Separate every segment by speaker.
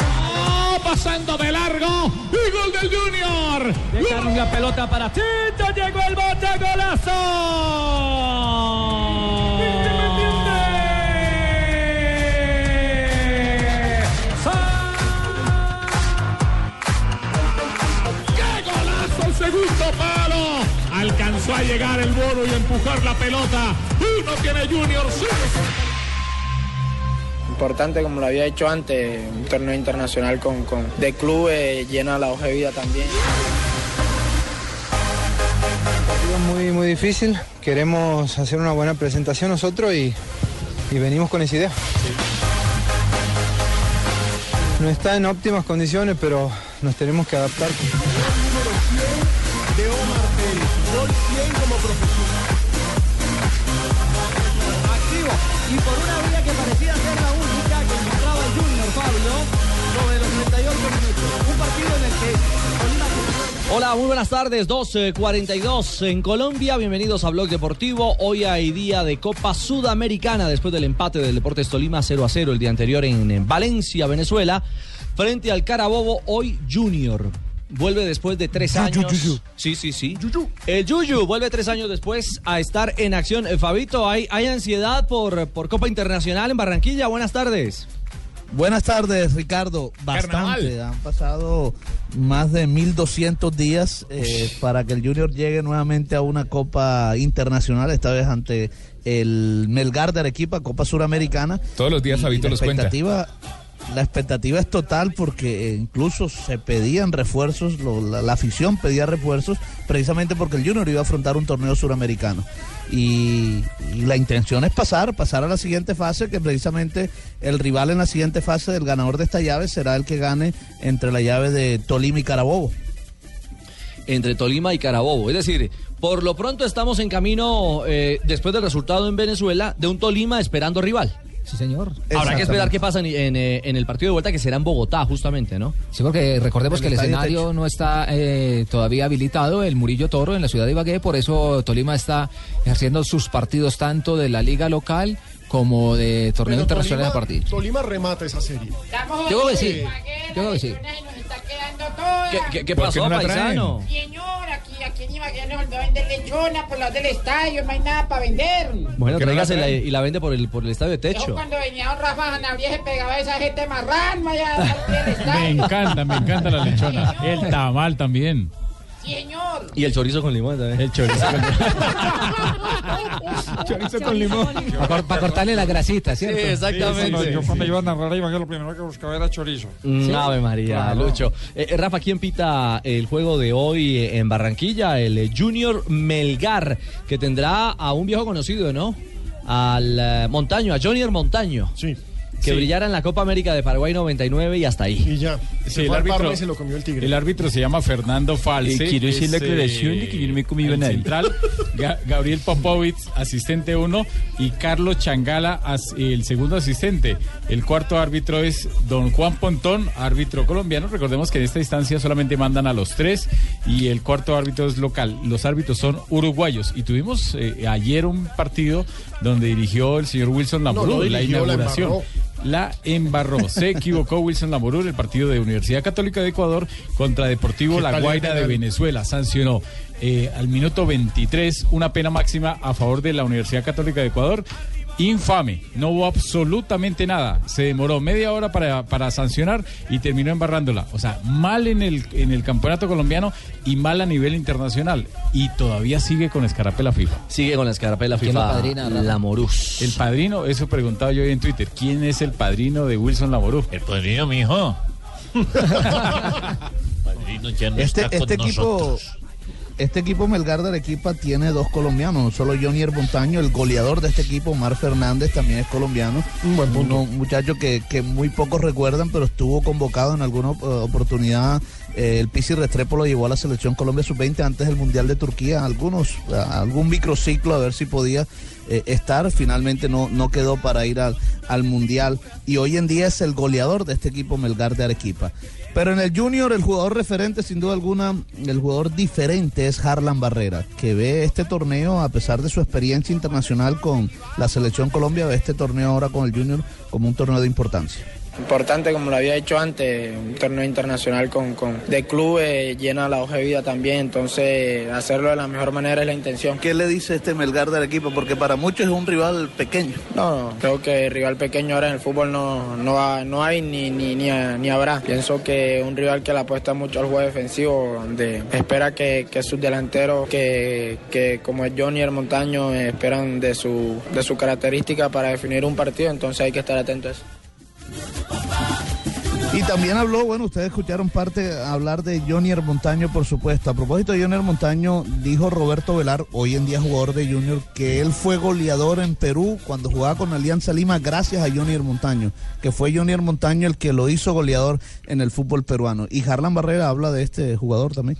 Speaker 1: ¡Oh, Pasando de largo y gol del Junior.
Speaker 2: Dejaron la pelota para Tito, llegó el bote, golazo.
Speaker 1: Independiente. ¡Sa- ¡Qué golazo al segundo palo! Alcanzó a llegar el bono y empujar la pelota. Uno tiene Junior. cero.
Speaker 3: importante como lo había hecho antes, un torneo internacional con, con- de clubes llena la hoja de vida también.
Speaker 4: partido muy, muy difícil. Queremos hacer una buena presentación nosotros y, y venimos con esa idea. No está en óptimas condiciones, pero nos tenemos que adaptar.
Speaker 5: y por una vía que parecía ser la única que encontraba el Junior Fabio sobre los 38 minutos. Un partido en el que Tolima
Speaker 2: Hola, muy buenas tardes, 12.42 en Colombia. Bienvenidos a Blog Deportivo. Hoy hay día de Copa Sudamericana después del empate del Deportes Tolima 0 a 0 el día anterior en eh, Valencia, Venezuela. Frente al Carabobo, hoy Junior. Vuelve después de tres años. Sí, sí, sí. El Yuyu vuelve tres años después a estar en acción. Eh, Fabito, hay, hay ansiedad por, por Copa Internacional en Barranquilla. Buenas tardes.
Speaker 6: Buenas tardes, Ricardo. Bastante. Han pasado más de 1200 días eh, para que el Junior llegue nuevamente a una Copa Internacional, esta vez ante el Melgar de Arequipa, Copa Suramericana.
Speaker 7: Todos los días Fabito
Speaker 6: la
Speaker 7: los cuenta.
Speaker 6: expectativa- La expectativa es total porque eh, incluso se pedían refuerzos, lo- la, la afición pedía refuerzos precisamente porque el Junior iba a afrontar un torneo suramericano. Y, y la intención es pasar, pasar a la siguiente fase, que precisamente el rival en la siguiente fase del ganador de esta llave será el que gane entre la llave de Tolima y Carabobo.
Speaker 2: entre Tolima y Carabobo. Es decir, por lo pronto estamos en camino, eh, después del resultado en Venezuela, de un Tolima esperando rival.
Speaker 8: Sí, señor.
Speaker 2: Habrá que esperar qué pasa en, en, eh, en el partido de vuelta que será en Bogotá, justamente, ¿no?
Speaker 8: Sí, porque recordemos
Speaker 2: El
Speaker 8: que el
Speaker 2: estadio
Speaker 8: escenario no está eh, todavía habilitado, el Murillo Toro en la ciudad de Ibagué, por eso Tolima está ejerciendo sus partidos tanto de la liga local como de torneo internacional a partir.
Speaker 9: Tolima remata esa serie.
Speaker 8: Yo creo que sí, yo creo que sí.
Speaker 2: ¿Qué, qué- qué pasó, Oh, paisano?
Speaker 10: Señor, aquí, aquí en Ibagué no venden lechona por lado del estadio, no hay nada para vender.
Speaker 2: Bueno,
Speaker 10: ¿Por qué no la
Speaker 2: tráigasela
Speaker 10: traen?
Speaker 2: y la vende por el, por el estadio de
Speaker 10: Yo
Speaker 2: techo.
Speaker 10: cuando venía don Rafa Zanabria se pegaba a esa gente marrana allá del
Speaker 11: Me
Speaker 10: estadio.
Speaker 11: encanta, me encanta la lechona. El tamal también.
Speaker 10: Señor.
Speaker 2: Y el chorizo con limón también. El chorizo con limón.
Speaker 11: Chorizo con limón.
Speaker 8: Para, cor- para cortarle la grasita, ¿cierto?
Speaker 12: Yo, cuando iba a narrar Ibagué, lo primero que buscaba era chorizo.
Speaker 2: Mm, Ave María,
Speaker 12: Claro.
Speaker 2: Lucho. Eh, eh, Rafa, ¿quién pita el juego de hoy eh, en Barranquilla? El eh, Junior Melgar, que tendrá a un viejo conocido, ¿no? Al eh, Montaño, a Junior Montaño. Sí. Que
Speaker 11: Sí.
Speaker 2: brillara en la Copa América de Paraguay 99 y hasta ahí. Y ya.
Speaker 11: Sí, el árbitro, el árbitro se llama Fernando False.
Speaker 2: Eh, quiero decir la
Speaker 11: es,
Speaker 2: aclaración
Speaker 11: eh,
Speaker 2: de que yo no me he comido
Speaker 11: el
Speaker 2: a nadie.
Speaker 11: Central, Ga- Gabriel Popovic, asistente 1, y Carlos Changala, as- el segundo asistente. El cuarto árbitro es don Juan Pontón, árbitro colombiano. Recordemos que en esta instancia solamente mandan a los tres y el cuarto árbitro es local. Los árbitros son uruguayos. Y tuvimos eh, ayer un partido donde dirigió el señor Wilson
Speaker 9: No, no
Speaker 11: Lamború, la
Speaker 9: dirigió, la
Speaker 11: inauguración.
Speaker 9: embarró.
Speaker 11: La embarró. Se equivocó Wilson Lamború en el partido de Universidad Católica de Ecuador contra Deportivo
Speaker 9: ¿Qué
Speaker 11: La
Speaker 9: tal el
Speaker 11: Guaira de
Speaker 9: penal?
Speaker 11: Venezuela. Sancionó eh, al minuto 23 una pena máxima a favor de la Universidad Católica de Ecuador. infame. No hubo absolutamente nada. Se demoró media hora para, para sancionar y terminó embarrándola. O sea, mal en el, en el campeonato colombiano y mal a nivel internacional. Y todavía sigue con la escarapela FIFA.
Speaker 2: Sigue con la escarapela
Speaker 11: ¿Quién
Speaker 2: FIFA,
Speaker 11: lo padrina, Rafa?
Speaker 2: Lamorús.
Speaker 11: El padrino, eso preguntaba yo hoy en Twitter. ¿Quién es el padrino de Wilson Lamorú? El padrino, mi hijo.
Speaker 6: Este, este equipo, este equipo Melgar de Arequipa tiene dos colombianos, no solo Johnny Montaño, el goleador de este equipo, Omar Fernández, también es colombiano. Un muchacho que, que muy pocos recuerdan, pero estuvo convocado en alguna eh, oportunidad. Eh, el Pisi Restrepo lo llevó a la selección Colombia Sub-20 antes del Mundial de Turquía, algunos, a- algún microciclo a ver si podía eh, estar. Finalmente no, no quedó para ir al, al Mundial y hoy en día es el goleador de este equipo Melgar de Arequipa. Pero en el Junior el jugador referente, sin duda alguna, el jugador diferente es Harlan Barrera, que ve este torneo, a pesar de su experiencia internacional con la selección Colombia, ve este torneo ahora con el Junior como un torneo de importancia.
Speaker 3: Importante, como lo había hecho antes, un torneo internacional con, con de clubes llena la hoja de vida también, entonces hacerlo de la mejor manera es la intención.
Speaker 6: ¿Qué le dice este Melgar del equipo? Porque para muchos es un rival pequeño.
Speaker 3: No, no, creo que rival pequeño ahora en el fútbol no, no, ha- no hay ni, ni, ni, ha- ni habrá. Pienso que un rival que le apuesta mucho al juego defensivo, donde espera que, que sus delanteros, que, que como es Johnny el Montaño, eh, esperan de su, de su característica para definir un partido, entonces hay que estar atento a eso.
Speaker 6: Y también habló, bueno, ustedes escucharon parte hablar de Johnny Montaño, por supuesto. A propósito de Johnny Montaño, dijo Roberto Velar, hoy en día jugador de Junior, que él fue goleador en Perú cuando jugaba con Alianza Lima gracias a Johnny Montaño, que fue Johnny Montaño el que lo hizo goleador en el fútbol peruano. Y Harlan Barrera habla de este jugador también.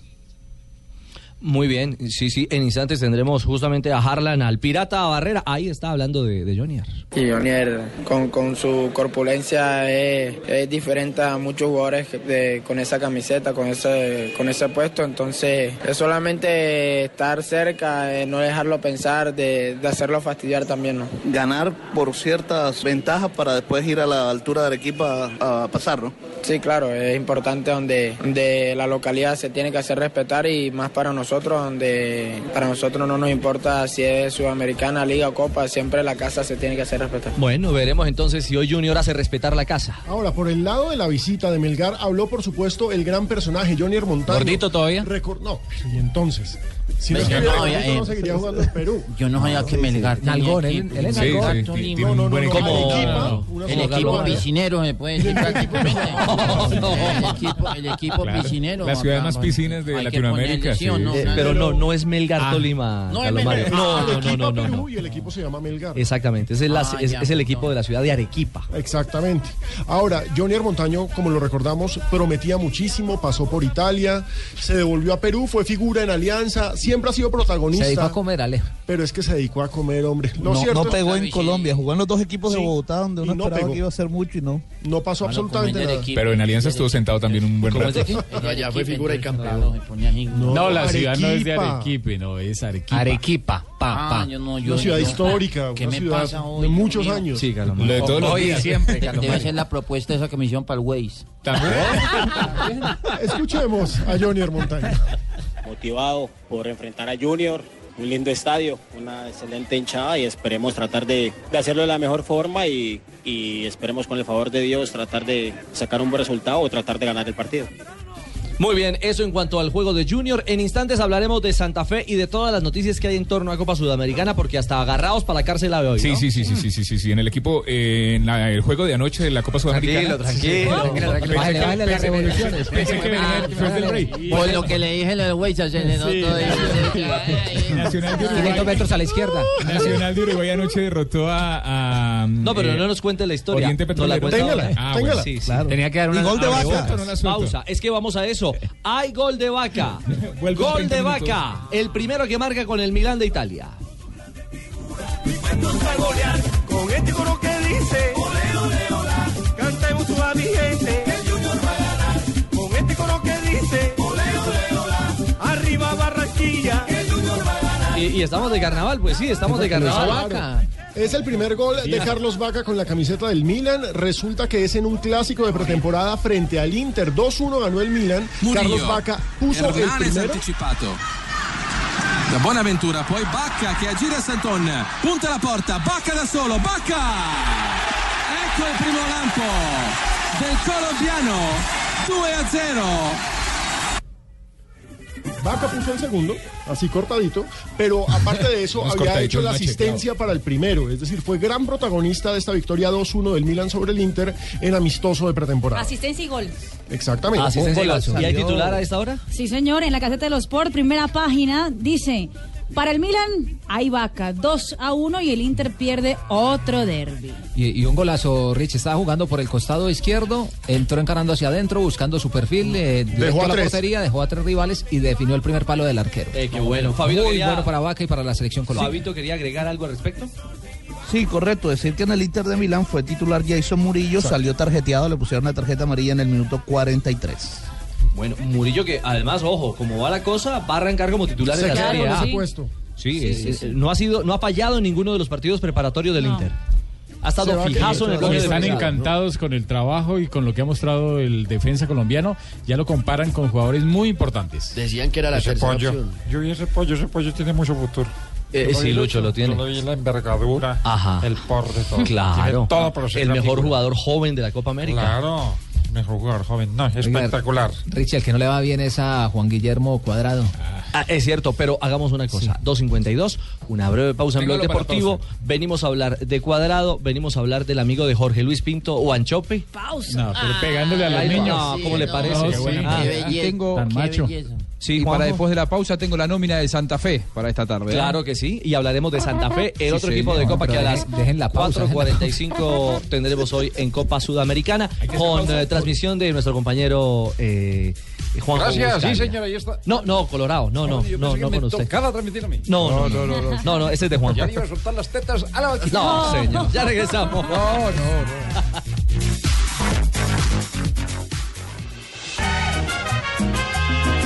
Speaker 2: Muy bien, sí, sí, en instantes tendremos justamente a Harlan, al pirata a Barrera. Ahí está hablando de, de Johnny.
Speaker 3: Y Jonier, con, con su corpulencia, es, es diferente a muchos jugadores que- de- con esa camiseta, con ese, con ese puesto. Entonces, es solamente estar cerca, eh, no dejarlo pensar, de, de hacerlo fastidiar también, ¿no?
Speaker 6: Ganar por ciertas ventajas para después ir a la altura de Arequipa a, pasar, ¿no?
Speaker 3: Sí, claro, es importante donde, donde la localidad se tiene que hacer respetar y más para nosotros, donde para nosotros no nos importa si es sudamericana, liga o copa, siempre la casa se tiene que hacer respetar.
Speaker 2: Bueno, veremos entonces si hoy Junior hace respetar la casa.
Speaker 9: Ahora, por el lado de la visita de Melgar, habló por supuesto el gran personaje, Johnny Montaño.
Speaker 10: ¿Gordito
Speaker 9: todavía? No, y entonces. Si no
Speaker 10: Yo
Speaker 9: estuviera
Speaker 10: no,
Speaker 9: gordito,
Speaker 10: eh,
Speaker 9: no seguiría jugando en Perú.
Speaker 10: Yo no
Speaker 12: Ah,
Speaker 10: sabía que Melgar tenía
Speaker 9: Nalgón, él-
Speaker 10: equipo.
Speaker 9: él es Sí, nalgón. sí,
Speaker 10: Tolima.
Speaker 9: tiene un No, no, buen no, equipo. no, no, no.
Speaker 10: Como
Speaker 9: Una
Speaker 10: el
Speaker 9: sola
Speaker 10: equipo
Speaker 9: palabra.
Speaker 10: piscinero se puede decir prácticamente. El equipo, el equipo
Speaker 2: Claro.
Speaker 10: piscinero.
Speaker 2: La ciudad
Speaker 10: acá,
Speaker 2: más
Speaker 10: bueno,
Speaker 2: piscinas de
Speaker 10: hay que
Speaker 2: Latinoamérica,
Speaker 10: ponerle,
Speaker 2: sí.
Speaker 10: no?
Speaker 2: Eh,
Speaker 10: Nada.
Speaker 2: pero no, no es Melgar Tolima,
Speaker 9: No,
Speaker 2: Carlos Mario. No,
Speaker 9: el
Speaker 2: no,
Speaker 9: equipo
Speaker 2: no, no,
Speaker 9: a Perú
Speaker 2: no.
Speaker 9: y el equipo se llama Melgar.
Speaker 2: Exactamente, ese es, la-
Speaker 9: Ah,
Speaker 2: es-
Speaker 9: ya,
Speaker 2: es el equipo de la ciudad de Arequipa.
Speaker 9: Exactamente. Ahora, Johnny Montaño, como lo recordamos, prometía muchísimo, pasó por Italia, se devolvió a Perú, fue figura en Alianza, siempre ha sido protagonista.
Speaker 6: Se dedicó a
Speaker 9: comer, Alejo. Pero es que se dedicó a comer, hombre. Lo
Speaker 6: No,
Speaker 9: cierto
Speaker 6: no pegó en
Speaker 9: es-
Speaker 6: Colombia, jugó en los dos equipos de
Speaker 9: Sí,
Speaker 6: Bogotá donde
Speaker 9: y
Speaker 6: uno
Speaker 9: no
Speaker 6: esperaba
Speaker 9: pegó.
Speaker 6: que iba a hacer mucho y no.
Speaker 9: No pasó absolutamente nada.
Speaker 11: Pero en Alianza estuvo sentado también un buen
Speaker 9: ¿Cómo
Speaker 11: rato.
Speaker 9: es de qué?
Speaker 10: Ya
Speaker 9: fue figura y campeón.
Speaker 11: No, la ciudad no es de
Speaker 9: Arequipa.
Speaker 11: Arequipe, no, es Arequipa.
Speaker 10: Arequipa,
Speaker 11: pa,
Speaker 10: Ah, yo no, yo,
Speaker 9: Una ciudad
Speaker 10: yo-
Speaker 9: histórica,
Speaker 10: ¿Qué
Speaker 9: una
Speaker 10: me
Speaker 9: ciudad
Speaker 10: pasa hoy,
Speaker 9: de
Speaker 10: Dios
Speaker 9: muchos
Speaker 10: mío?
Speaker 9: años.
Speaker 2: Sí,
Speaker 9: Mario. Lo de todos los
Speaker 10: Hoy y
Speaker 9: días.
Speaker 10: siempre,
Speaker 9: Carlos
Speaker 10: Debe
Speaker 9: Mario.
Speaker 10: ser la propuesta esa que me hicieron para el Waze.
Speaker 9: Escuchemos a Johnny Montaño.
Speaker 13: motivado por enfrentar a Junior. Un lindo estadio, una excelente hinchada y esperemos tratar de, de hacerlo de la mejor forma y, y esperemos con el favor de Dios tratar de sacar un buen resultado o tratar de ganar el partido.
Speaker 2: Muy bien, eso en cuanto al juego de Junior. En instantes hablaremos de Santa Fe y de todas las noticias que hay en torno a Copa Sudamericana, porque hasta agarrados para la cárcel la hoy.
Speaker 1: Sí,
Speaker 2: ¿no?
Speaker 1: sí, sí, sí, sí, sí, sí, sí. En el equipo, eh, en la- el juego de anoche de la Copa Sudamericana.
Speaker 10: Tranquilo, tranquilo, tranquilo, tranquilo. Bájale, bájale las revoluciones.
Speaker 1: Pensé que venía después del break.
Speaker 10: Por lo que le dije en el Waze, se le notó.
Speaker 11: Nacional de
Speaker 10: 500
Speaker 11: Uruguay.
Speaker 10: metros a la izquierda.
Speaker 11: Nacional de Uruguay anoche derrotó a. no,
Speaker 7: eh,
Speaker 2: pero no nos cuente la historia.
Speaker 11: Oriente
Speaker 2: No la
Speaker 11: Petrolero.
Speaker 2: cuenta ahora.
Speaker 11: Ah,
Speaker 2: Eh, Téngala,
Speaker 11: bueno,
Speaker 2: sí, sí.
Speaker 11: Tenía que dar una. ¿Suelto o no la suelto?
Speaker 2: Pausa. Es que vamos a eso. Hay gol de vaca. gol de
Speaker 11: 30 minutos.
Speaker 2: vaca. El primero que marca con el Milán de Italia.
Speaker 14: Con este coro que dice, ole, ole, hola, cantemos tú a mi gente, que el Junior va a ganar. Con este coro que dice, ole, ole, hola, arriba Barranquilla, que el Junior va a ganar.
Speaker 2: Y, y estamos de carnaval, pues sí, estamos de carnaval.
Speaker 9: Claro. Es el primer gol de Carlos Vaca con la camiseta del Milan. Resulta que es en un clásico de pretemporada frente al Inter. 2-1 ganó el Milan. Carlos Vaca puso el primero.
Speaker 15: anticipato. Da Bonaventura, poi Bacca che aggira Santon, punta la porta, Bacca da solo, Bacca! Ecco il primo lampo del colombiano, 2 a 0.
Speaker 9: Vaca puso el segundo, así cortadito, pero aparte de eso
Speaker 16: Más
Speaker 9: había
Speaker 16: cortadito,
Speaker 9: hecho la
Speaker 16: más chequeado.
Speaker 9: asistencia para el primero, es decir, fue gran protagonista de esta victoria 2-1 del Milan sobre el Inter en amistoso de pretemporada.
Speaker 17: Asistencia y gol.
Speaker 9: Exactamente.
Speaker 2: Asistencia y golazo. ¿Y hay titular a
Speaker 9: esta hora?
Speaker 17: Sí, señor, en la caseta de los Sport, primera página, dice, para el Milan hay vaca, 2 a 1 y el Inter pierde otro derby.
Speaker 8: Y, y un golazo, Rich. Estaba jugando por el costado izquierdo, entró encarando hacia adentro, buscando su perfil, eh,
Speaker 2: Dejó
Speaker 8: dejó
Speaker 2: a
Speaker 8: a la
Speaker 2: tres.
Speaker 8: portería, dejó a tres rivales y definió el primer palo del arquero.
Speaker 2: Eh, qué bueno.
Speaker 8: Muy
Speaker 2: Fabito quería-
Speaker 8: bueno para Vaca y para la selección colombiana.
Speaker 2: Fabito quería agregar algo al respecto.
Speaker 6: Sí, correcto. Decir que en el Inter de Milán fue titular Jason Murillo, salió tarjeteado, le pusieron una tarjeta amarilla en el minuto 43.
Speaker 2: Bueno, Murillo que además, ojo, como va la cosa, va a arrancar como titular en la
Speaker 9: Claro,
Speaker 2: Serie A.
Speaker 9: por supuesto.
Speaker 2: Sí,
Speaker 9: Sí,
Speaker 2: eh,
Speaker 9: sí,
Speaker 2: eh,
Speaker 9: sí.
Speaker 2: no ha sido, no ha fallado en ninguno de los partidos preparatorios del Inter. Ha
Speaker 11: Se
Speaker 2: estado
Speaker 11: va a
Speaker 2: fijazo en el
Speaker 11: quedar.
Speaker 2: bloque
Speaker 11: Están
Speaker 2: de
Speaker 11: encantados con el trabajo y con lo que ha mostrado el defensa colombiano. Ya lo comparan con jugadores muy importantes.
Speaker 10: Decían que era la
Speaker 11: Ese
Speaker 10: tercera
Speaker 11: pollo.
Speaker 10: opción.
Speaker 18: Yo vi ese pollo, ese pollo tiene mucho futuro.
Speaker 2: Eh,
Speaker 18: Yo
Speaker 2: sí,
Speaker 18: vi
Speaker 2: Lucho, lo tiene.
Speaker 18: Yo vi la envergadura, el porte, todo.
Speaker 2: Claro.
Speaker 18: Tiene todo para ser
Speaker 2: el
Speaker 18: una
Speaker 2: mejor
Speaker 18: figura.
Speaker 2: jugador joven de la Copa América.
Speaker 18: Claro, mejor jugador joven. No, espectacular.
Speaker 8: Rich, el que no le va bien es a Juan Guillermo Cuadrado.
Speaker 2: Ah, es cierto, pero hagamos una cosa. 2.52, una breve pausa en Blog
Speaker 8: Téngalo para
Speaker 2: Deportivo. Venimos a hablar de Cuadrado, venimos a hablar del amigo de Jorge Luis Pinto o Anchope.
Speaker 17: Pausa.
Speaker 11: No, pero pegándole a los
Speaker 2: Ay,
Speaker 11: niños.
Speaker 2: No, ¿cómo le parece?
Speaker 11: qué buena idea.
Speaker 19: Ah, tengo,
Speaker 11: Tan macho.
Speaker 19: Sí,
Speaker 2: Juanjo.
Speaker 19: para después de la pausa tengo la nómina de Santa Fe para esta tarde. ¿eh?
Speaker 2: Claro que sí, y hablaremos de Santa Fe,
Speaker 19: Sí,
Speaker 2: el otro equipo de
Speaker 19: señor.
Speaker 2: Copa que a
Speaker 19: Pero
Speaker 2: las
Speaker 19: dejen- dejen la pausa, dejen la
Speaker 2: 4.45 tendremos hoy en Copa Sudamericana con eh, transmisión de nuestro compañero eh, Juan
Speaker 18: Gracias, sí, señora, ahí está.
Speaker 2: No, no, Colorado, no, no,
Speaker 18: Yo pensé
Speaker 2: no,
Speaker 18: que
Speaker 2: no
Speaker 18: me
Speaker 2: con usted.
Speaker 18: tocaba transmitirlo a mí.
Speaker 2: No, no, no, no, no, no, ese Este es de Juan.
Speaker 18: Ya le iba a soltar las tetas a la vaquita.
Speaker 2: No, señor, ya regresamos.
Speaker 18: No, no, no.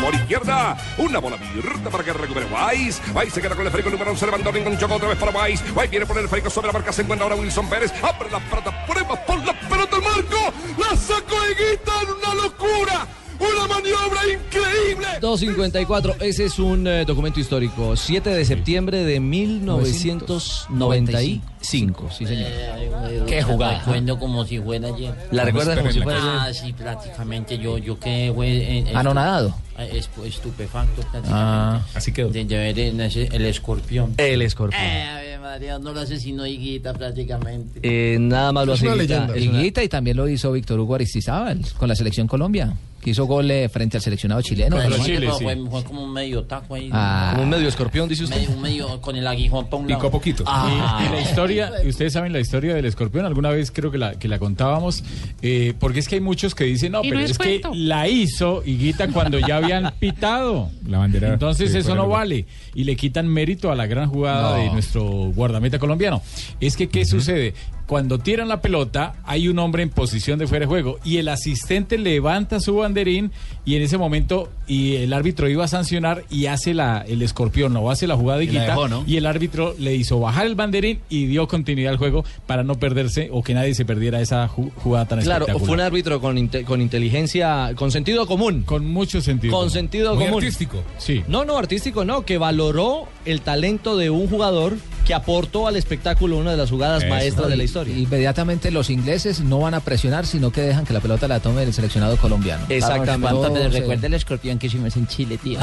Speaker 7: Por izquierda, una bola abierta para que recupere Weiss. Weiss se queda con el esférico número 11, Lewandowski con Choco otra vez para Weiss. Weiss viene por el esférico sobre la marca, se encuentra ahora Wilson Pérez. Abre la pelota, prueba por la pelota al marco. La sacó Higuita en una locura. Una maniobra increíble.
Speaker 2: 254, ese es un eh, documento histórico. 7 de septiembre de 1995. Sí, señor. Qué jugada.
Speaker 20: La recuerdo como si fuera ayer.
Speaker 2: ¿La recuerdas como si fuera
Speaker 20: Ah,
Speaker 2: ayer?
Speaker 20: sí, prácticamente yo, yo quedé güey, eh, estu-
Speaker 2: Anonadado. Ah,
Speaker 20: eh, estu- estupefacto prácticamente.
Speaker 11: Ah.
Speaker 2: así quedó.
Speaker 20: De ver en ese- el escorpión.
Speaker 2: El escorpión.
Speaker 20: Eh, Ave María, no lo asesinó Higuita prácticamente.
Speaker 2: Eh, nada más lo hace Higuita. Es una-
Speaker 8: Higuita, y también lo hizo Víctor Hugo Aristizábal con la selección Colombia, que hizo gol eh, frente al seleccionado chileno.
Speaker 20: Pero
Speaker 8: ¿no?
Speaker 20: fue- fue, fue como un medio taco ahí.
Speaker 8: Ah. Como un
Speaker 2: medio escorpión, dice
Speaker 20: usted. un medio con el aguijón para un lado.
Speaker 11: Picó poquito.
Speaker 20: Ah.
Speaker 11: Y la historia, ustedes saben la historia del escorpión, alguna vez creo que la, que la contábamos, eh, porque es que hay muchos que dicen, no,
Speaker 20: Y no
Speaker 11: pero
Speaker 20: es
Speaker 11: es, que
Speaker 20: cuento.
Speaker 11: la hizo Higuita cuando ya habían pitado. La bandera. Entonces
Speaker 4: Sí,
Speaker 11: eso
Speaker 4: fuera
Speaker 11: no
Speaker 4: de lugar.
Speaker 11: vale. Y le quitan mérito a la gran jugada
Speaker 4: No.
Speaker 11: de nuestro guardameta colombiano. Es que, ¿qué sucede? Cuando tiran la pelota, hay un hombre en posición de fuera de juego y el asistente levanta su banderín y en ese momento y el árbitro iba a sancionar y hace la, el escorpión o hace la jugada de
Speaker 4: Y la
Speaker 11: Higuita,
Speaker 4: dejó, ¿no?
Speaker 11: y el árbitro le hizo bajar el banderín y dio continuidad al juego para no perderse o que nadie se perdiera esa ju- jugada tan
Speaker 2: Claro,
Speaker 11: espectacular.
Speaker 2: fue un árbitro con, inte- con inteligencia, con sentido común.
Speaker 11: Con mucho sentido.
Speaker 2: Con sentido
Speaker 11: Muy
Speaker 2: común.
Speaker 11: artístico. Sí.
Speaker 2: No, no, artístico no, que valoró el talento de un jugador que aportó al espectáculo una de las jugadas maestras de la historia.
Speaker 8: Inmediatamente los ingleses no van a presionar, sino que dejan que la pelota la tome el seleccionado colombiano.
Speaker 20: ¿Cuántas veces
Speaker 2: eh.
Speaker 8: Entonces,
Speaker 20: recuerda el escorpión que hicimos en Chile, tío?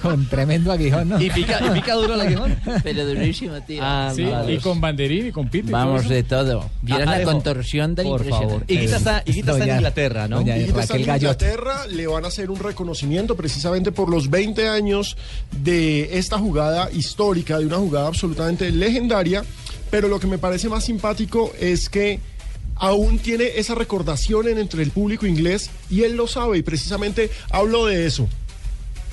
Speaker 8: Con tremendo
Speaker 11: Ah,
Speaker 8: aguijón, ¿no?
Speaker 2: duro el aguijón.
Speaker 20: Pero durísimo, tío.
Speaker 8: Ah,
Speaker 11: Sí, y con banderín y con pito. y
Speaker 20: Vamos
Speaker 11: todo
Speaker 20: de
Speaker 11: eso.
Speaker 20: todo. Vieras la
Speaker 11: Alejo,
Speaker 20: contorsión del
Speaker 11: por favor.
Speaker 20: impresionante.
Speaker 11: Higuita está- Higuita está en Inglaterra, ¿no? Doña
Speaker 9: Higuita está
Speaker 11: Raquel
Speaker 9: en
Speaker 11: Gallote.
Speaker 9: Inglaterra le van a hacer un reconocimiento precisamente por los 20 años de esta jugada histórica, de una jugada absolutamente legendaria. Pero lo que me parece más simpático es que aún tiene esa recordación en- entre el público inglés y él lo sabe y precisamente hablo de eso.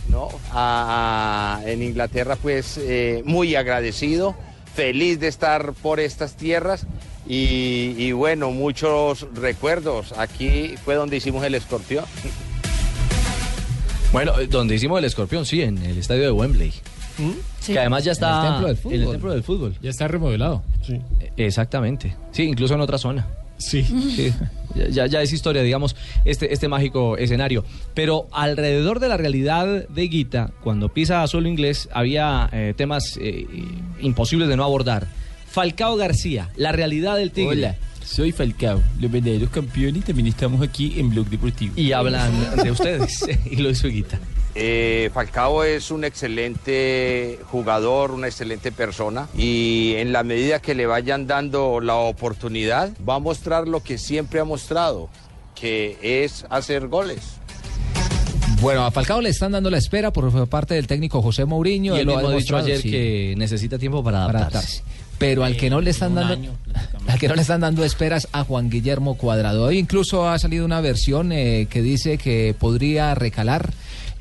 Speaker 21: ¿no? A- a- en Inglaterra, pues eh, muy agradecido, feliz de estar por estas tierras y, y bueno, muchos recuerdos. Aquí fue donde hicimos el escorpión.
Speaker 2: Bueno, eh, donde hicimos el escorpión, sí, en el estadio de Wembley. Que
Speaker 5: Ah,
Speaker 2: además ya está.
Speaker 11: En el templo del
Speaker 2: en el templo del fútbol.
Speaker 11: Ya está remodelado.
Speaker 2: Exactamente. Sí, incluso en otra zona.
Speaker 11: Sí.
Speaker 2: Ya- Ya, ya es historia, digamos, este, este mágico escenario. Pero alrededor de la realidad de Guita, cuando pisa a suelo inglés, había eh, temas eh, imposibles de no abordar. Falcao García, la realidad del Tigre.
Speaker 22: Hola, soy Falcao, los verdaderos campeones y también estamos aquí en Blog Deportivo.
Speaker 2: Y hablan de ustedes y lo hizo Guita.
Speaker 21: Eh, Falcao es un excelente jugador, una excelente persona y en la medida que le vayan dando la oportunidad va a mostrar lo que siempre ha mostrado, que es hacer goles.
Speaker 8: Bueno, a Falcao le están dando la espera por parte del técnico José Mourinho.
Speaker 2: Y él
Speaker 8: lo
Speaker 2: mismo ha dicho
Speaker 8: demostrado,
Speaker 2: ayer
Speaker 8: sí,
Speaker 2: que necesita tiempo para
Speaker 8: para
Speaker 2: adaptarse.
Speaker 8: adaptarse. Pero al que no le están dando al que no le están dando esperas a Juan Guillermo Cuadrado. Hoy incluso ha salido una versión eh, que dice que podría recalar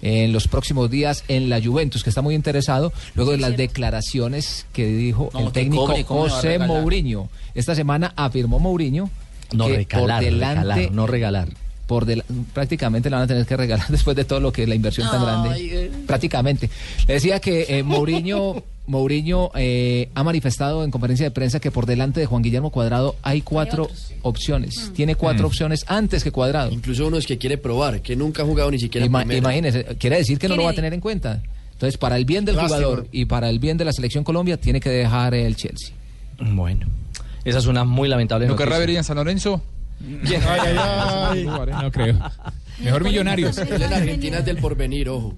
Speaker 8: eh, en los próximos días en la Juventus, que está muy interesado, luego de las declaraciones que dijo
Speaker 22: No,
Speaker 8: el
Speaker 22: que
Speaker 8: técnico
Speaker 22: cobre, ¿cómo le va a
Speaker 8: José
Speaker 22: regalar?
Speaker 8: Mourinho. Esta semana afirmó Mourinho
Speaker 2: No,
Speaker 8: que
Speaker 2: recalar,
Speaker 8: por delante
Speaker 2: regalar, no regalar.
Speaker 8: por del- prácticamente la van a tener que regalar después de todo lo que la inversión tan grande. Prácticamente. Le decía que eh, Mourinho, Mourinho eh, ha manifestado en conferencia de prensa que por delante de Juan Guillermo Cuadrado hay Mm. cuatro opciones. Tiene cuatro opciones antes que Cuadrado.
Speaker 22: Mm. Incluso uno es que quiere probar, que nunca ha jugado ni siquiera
Speaker 8: Ima-
Speaker 22: primera.
Speaker 8: imagínese, quiere decir que no lo va a tener en cuenta. Entonces, para el bien del
Speaker 22: Lástima.
Speaker 8: jugador y para el bien de la selección Colombia, tiene que dejar el Chelsea.
Speaker 2: Bueno, esa es una muy lamentable
Speaker 8: ¿Lo
Speaker 2: noticia.
Speaker 8: querrá ver
Speaker 2: en San Lorenzo?
Speaker 8: No creo.
Speaker 2: Mejor Millonarios.
Speaker 22: Entonces, la Argentina es del porvenir, ojo.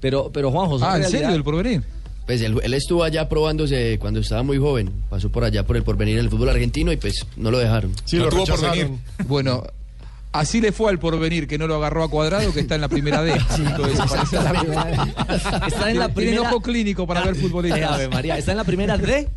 Speaker 2: Pero, pero Juanjo,
Speaker 22: Ah, ¿en serio? ¿Del
Speaker 2: porvenir?
Speaker 22: Pues él, él estuvo allá probándose cuando estaba muy joven. Pasó por allá por el porvenir del fútbol argentino y pues no lo dejaron.
Speaker 9: lo
Speaker 22: tuvo
Speaker 19: Bueno, así le fue al porvenir que no lo agarró a cuadrado, que está en la primera D. Entonces, parece-
Speaker 2: Está en
Speaker 19: Tiene
Speaker 2: la primera-
Speaker 19: ojo clínico para ver futbolistas.
Speaker 2: Eh, Ave María, está en la primera D.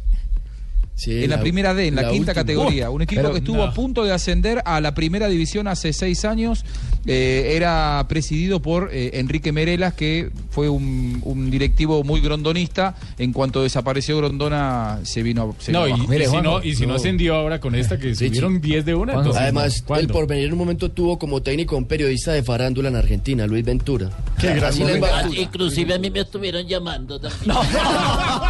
Speaker 19: en la, primera D, en la, quinta categoría. Un equipo que estuvo a
Speaker 2: punto
Speaker 19: punto de ascender a la primera división hace seis años. Eh, era presidido por eh, Enrique Merelas, que fue un, un directivo muy grondonista. En cuanto desapareció Grondona, se vino, se
Speaker 11: No,
Speaker 19: vino
Speaker 11: y,
Speaker 19: abajo.
Speaker 11: y si no, y si no ascendió ahora con esta que
Speaker 19: Sí,
Speaker 11: subieron
Speaker 19: sí.
Speaker 11: 10 de una, entonces,
Speaker 22: Además,
Speaker 11: ¿cuándo?
Speaker 22: el porvenir en un momento tuvo como técnico a un periodista de farándula en Argentina, Luis Ventura. Así le va a-
Speaker 20: Inclusive a mí me estuvieron llamando también.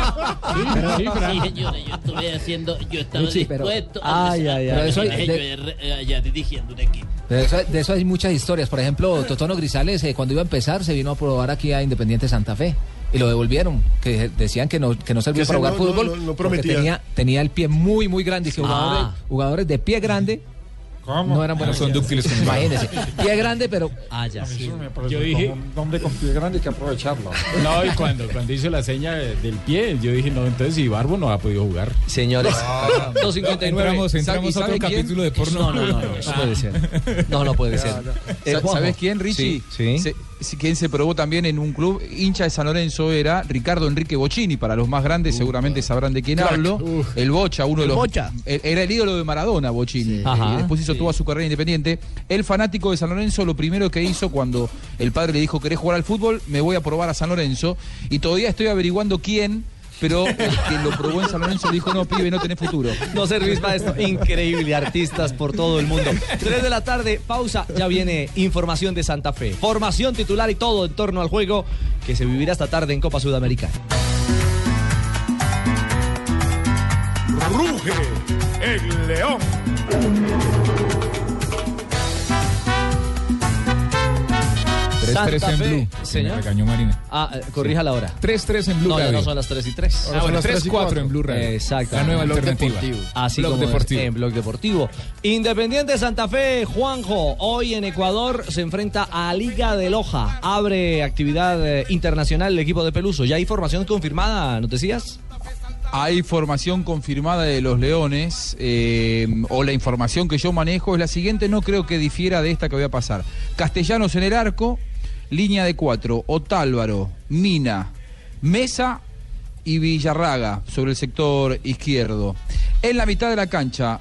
Speaker 20: sí, señores, yo estuve haciendo, yo estaba
Speaker 8: Luchi, pero-
Speaker 20: dispuesto
Speaker 8: Ay,
Speaker 20: empezar.
Speaker 8: ay, ay. Pero eso hay- de-
Speaker 20: Dije, yo, eh, eh, allá dirigiendo un equipo.
Speaker 8: De eso, de eso hay muchas historias. Por ejemplo, Totono Grisales, eh, cuando iba a empezar, se vino a probar aquí a Independiente Santa Fe. Y lo devolvieron, que decían que no, que no servía
Speaker 9: Que ese
Speaker 8: para jugar
Speaker 9: no- no-
Speaker 8: fútbol.
Speaker 9: no- no
Speaker 8: porque
Speaker 9: prometía.
Speaker 8: tenía, tenía el pie muy, muy grande. Y que
Speaker 9: Ah.
Speaker 8: jugadores, jugadores de pie grande no eran buenos.
Speaker 19: son dúctiles como-
Speaker 8: Imagínense. Pie grande, pero.
Speaker 2: Ah, ya.
Speaker 11: Yo dije-
Speaker 18: Como un hombre con pie grande hay que aprovecharlo.
Speaker 11: No, y cuando, cuando hizo la seña de- del pie, yo dije, no, entonces si Barbo no ha podido jugar.
Speaker 2: Señores, 2.59.
Speaker 11: Entramos,
Speaker 2: ¿Sabe-
Speaker 11: entramos
Speaker 2: y
Speaker 11: a
Speaker 2: sabe
Speaker 11: otro
Speaker 2: quién?
Speaker 11: capítulo de
Speaker 2: No,
Speaker 11: porno.
Speaker 2: no, no, no, no
Speaker 11: Ah.
Speaker 2: puede ser. No, no puede ser.
Speaker 19: Claro.
Speaker 2: Eh,
Speaker 19: Sa-
Speaker 2: Juanjo.
Speaker 19: ¿Sabes quién, Richie?
Speaker 2: Sí, sí.
Speaker 19: Se- si- quien se probó también en un club hincha de San Lorenzo era Ricardo Enrique Bocini. Para los más grandes seguramente sabrán de quién Crack. hablo.
Speaker 8: Uh.
Speaker 19: El Bocha, uno de El los... Bocha. e- Era el ídolo de Maradona, Bocini. Eh, Ajá. después hizo toda su carrera independiente. El fanático de San Lorenzo lo primero que hizo cuando el padre le dijo, ¿querés jugar al fútbol? Me voy a probar a San Lorenzo. Y todavía estoy averiguando quién... Pero el que lo probó en San Lorenzo le dijo, no, pibe, no tenés futuro.
Speaker 2: No servís para esto. Increíble, artistas por todo el mundo. 3 de la tarde, pausa. Ya viene información de Santa Fe. Formación titular y todo en torno al juego que se vivirá esta tarde en Copa Sudamericana.
Speaker 5: Ruge el león.
Speaker 2: Santa
Speaker 11: 3-3 en
Speaker 2: Fe,
Speaker 11: blue.
Speaker 2: señor.
Speaker 11: Me regañó Marina.
Speaker 2: Ah, eh, corrija la hora.
Speaker 11: 3-3 en Blue
Speaker 2: No, ya
Speaker 11: Radio.
Speaker 2: no son las 3 y 3.
Speaker 11: Ahora Ah, son bueno, las 3 y 4 en Blue Radio.
Speaker 2: Exacto.
Speaker 7: Ah,
Speaker 11: La nueva Blog alternativa. deportivo.
Speaker 2: Así
Speaker 11: Blog
Speaker 2: como
Speaker 11: deportivo.
Speaker 2: en Blog Deportivo. Independiente Santa Fe, Juanjo, hoy en Ecuador se enfrenta a Liga de Loja. Abre actividad eh, internacional el equipo de Peluso. ¿Ya hay formación confirmada, nos decías?
Speaker 19: Hay formación confirmada de los Leones, eh, o la información que yo manejo es la siguiente, no creo que difiera de esta que voy a pasar. Castellanos en el arco, línea de cuatro, Otálvaro, Mina, Mesa y Villarraga sobre el sector izquierdo. En la mitad de la cancha,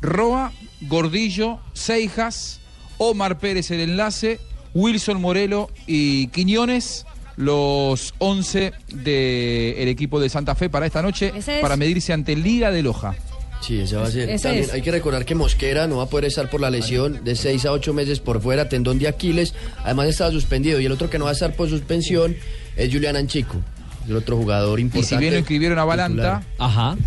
Speaker 19: Roa, Gordillo, Seijas, Omar Pérez el enlace, Wilson Morelo y Quiñones, los 11 del equipo de Santa Fe para esta noche,
Speaker 17: Ese es-
Speaker 19: para medirse ante Liga de Loja.
Speaker 22: Sí, esa va a ser.
Speaker 17: Ese
Speaker 22: También
Speaker 17: es.
Speaker 22: hay que recordar que Mosquera no va a poder estar por la lesión de 6 a 8 meses por fuera, tendón de Aquiles. Además estaba suspendido. Y el otro que no va a estar por suspensión es Julián Anchico, el otro jugador
Speaker 19: Y
Speaker 22: importante.
Speaker 19: si bien lo inscribieron a Balanta,
Speaker 22: titular.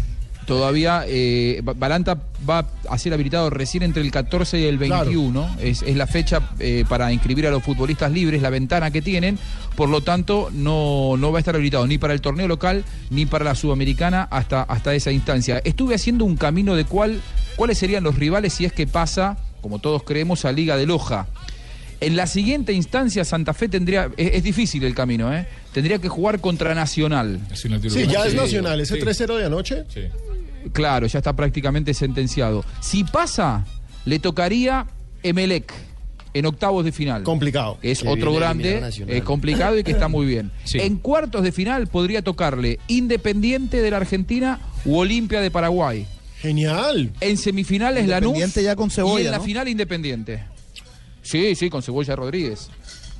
Speaker 19: Todavía eh, Ba- Balanta va a ser habilitado recién entre el 14 y el 21. Es, es la fecha eh, para inscribir a los futbolistas libres, la ventana que tienen. Por lo tanto, no, no va a estar habilitado ni para el torneo local ni para la sudamericana hasta, hasta esa instancia. Estuve haciendo un camino de cuál, cuáles serían los rivales si es que pasa, como todos creemos, a Liga de Loja. En la siguiente instancia, Santa Fe tendría. Es, es difícil el camino, ¿eh? Tendría que jugar contra Nacional.
Speaker 9: Sí, ya es
Speaker 19: Sí.
Speaker 9: nacional. Ese
Speaker 19: Sí.
Speaker 9: 3-0 de anoche.
Speaker 19: Claro, ya está prácticamente sentenciado. Si pasa, le tocaría Emelec en octavos de final. Complicado. Es
Speaker 22: Que
Speaker 19: otro
Speaker 22: viene a
Speaker 19: grande,
Speaker 22: eliminar a Nacional.
Speaker 19: eh, complicado y que está muy bien. En cuartos de final podría tocarle Independiente de la Argentina u Olimpia de Paraguay.
Speaker 9: Genial.
Speaker 19: En semifinales Lanús
Speaker 6: Independiente ya con cebolla,
Speaker 19: y en la
Speaker 6: ¿no?
Speaker 19: final Independiente. Sí, sí, con Cebolla Rodríguez.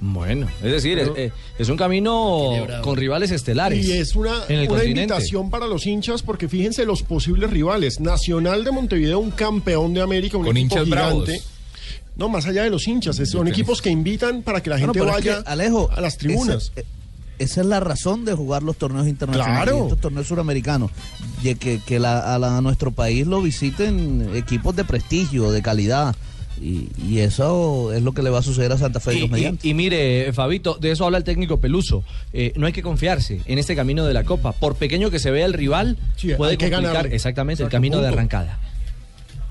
Speaker 2: Bueno, es decir, es, eh, es un camino con rivales estelares.
Speaker 9: Y es una,
Speaker 2: en el
Speaker 9: una
Speaker 2: continente.
Speaker 9: invitación para los hinchas porque fíjense los posibles rivales. Nacional de Montevideo, un campeón de América, un
Speaker 11: Con
Speaker 9: equipo
Speaker 11: hinchas
Speaker 9: gigante.
Speaker 11: bravos.
Speaker 9: No, más allá de los hinchas, es- son equipos que invitan para que la gente
Speaker 6: Bueno, pero es
Speaker 9: vaya
Speaker 6: que, Alejo,
Speaker 9: a las tribunas.
Speaker 6: Esa, eh, esa es la razón de jugar los torneos internacionales,
Speaker 9: Claro.
Speaker 6: y estos torneos suramericanos, de que, que la- a, la- a nuestro país lo visiten equipos de prestigio, de calidad. Y, y eso es lo que le va a suceder a Santa Fe.
Speaker 2: Y,
Speaker 6: Dios
Speaker 2: y-
Speaker 6: mediante.
Speaker 2: y mire, Fabito, de eso habla el técnico Peluso. Eh, no hay que confiarse en este camino de la Copa. Por pequeño que se vea el rival,
Speaker 9: Sí,
Speaker 2: puede
Speaker 9: hay que
Speaker 2: complicar
Speaker 9: ganarle.
Speaker 2: exactamente el
Speaker 9: Saca
Speaker 2: camino de
Speaker 9: punto.
Speaker 2: arrancada.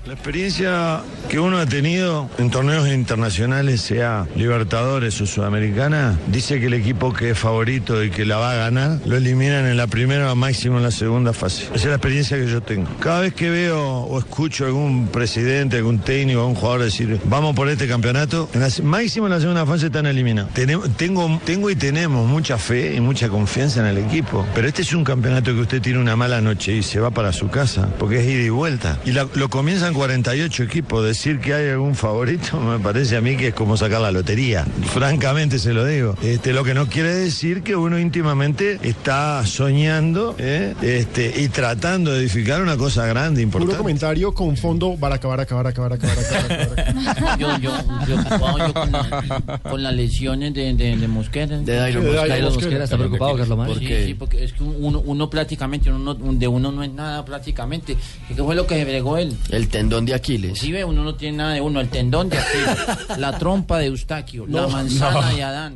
Speaker 23: La experiencia que uno ha tenido en torneos internacionales, sea Libertadores o Sudamericana, dice que el equipo que es favorito y que la va a ganar, lo eliminan en la primera o máximo en la segunda fase. Esa es la experiencia que yo tengo. Cada vez que veo o escucho a algún presidente, algún técnico, algún jugador decir, vamos por este campeonato, en la se- máximo en la segunda fase están eliminados. Tenem- tengo, tengo y tenemos mucha fe y mucha confianza en el equipo, pero este es un campeonato que usted tiene una mala noche y se va para su casa, porque es ida y vuelta. Y la- lo comienzan 48 equipos. Decir que hay algún favorito me parece a mí que es como sacar la lotería. Francamente se lo digo. Este, lo que no quiere decir que uno íntimamente está soñando ¿eh? este, y tratando de edificar una cosa grande,
Speaker 9: Puro
Speaker 23: importante.
Speaker 9: comentario con fondo baraca, baraca, baraca, baraca, baraca, baraca, baraca.
Speaker 20: Yo, yo, yo ocupado yo con, la- con las lesiones de, de, de Mosquera. De
Speaker 22: Dairo De Dairo Mosquera. Mosquera, está preocupado, Carlos Mario.
Speaker 20: Sí,
Speaker 22: Porque-
Speaker 20: sí, porque es que uno, uno prácticamente, uno, no- de uno no es nada prácticamente. ¿Qué fue lo que se bregó él?
Speaker 22: El tendón de Aquiles.
Speaker 20: Sí, ve, uno no tiene nada de uno. El tendón de Aquiles, la trompa de Eustaquio, la
Speaker 22: No,
Speaker 20: manzana
Speaker 22: no.
Speaker 20: de Adán,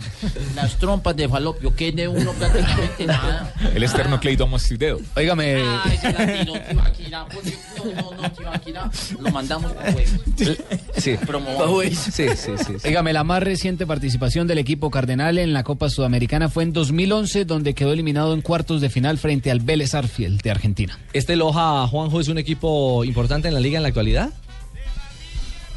Speaker 20: las trompas de Falopio, que es de uno prácticamente nada.
Speaker 24: El esternocleidomastoideo.
Speaker 19: Óigame.
Speaker 20: Ah, ese latino, Tibaquirá, por Dios, no, no, no, Tibaquirá, lo mandamos pa' huevos.
Speaker 24: Sí.
Speaker 20: Promovamos.
Speaker 24: Sí, sí, sí. sí.
Speaker 16: Dígame, la más reciente participación del equipo cardenal en la Copa Sudamericana fue en 2011, donde quedó eliminado en cuartos de final frente al Vélez Arfield de Argentina.
Speaker 2: ¿Este Loja, Juanjo, es un equipo importante en la liga en la actualidad?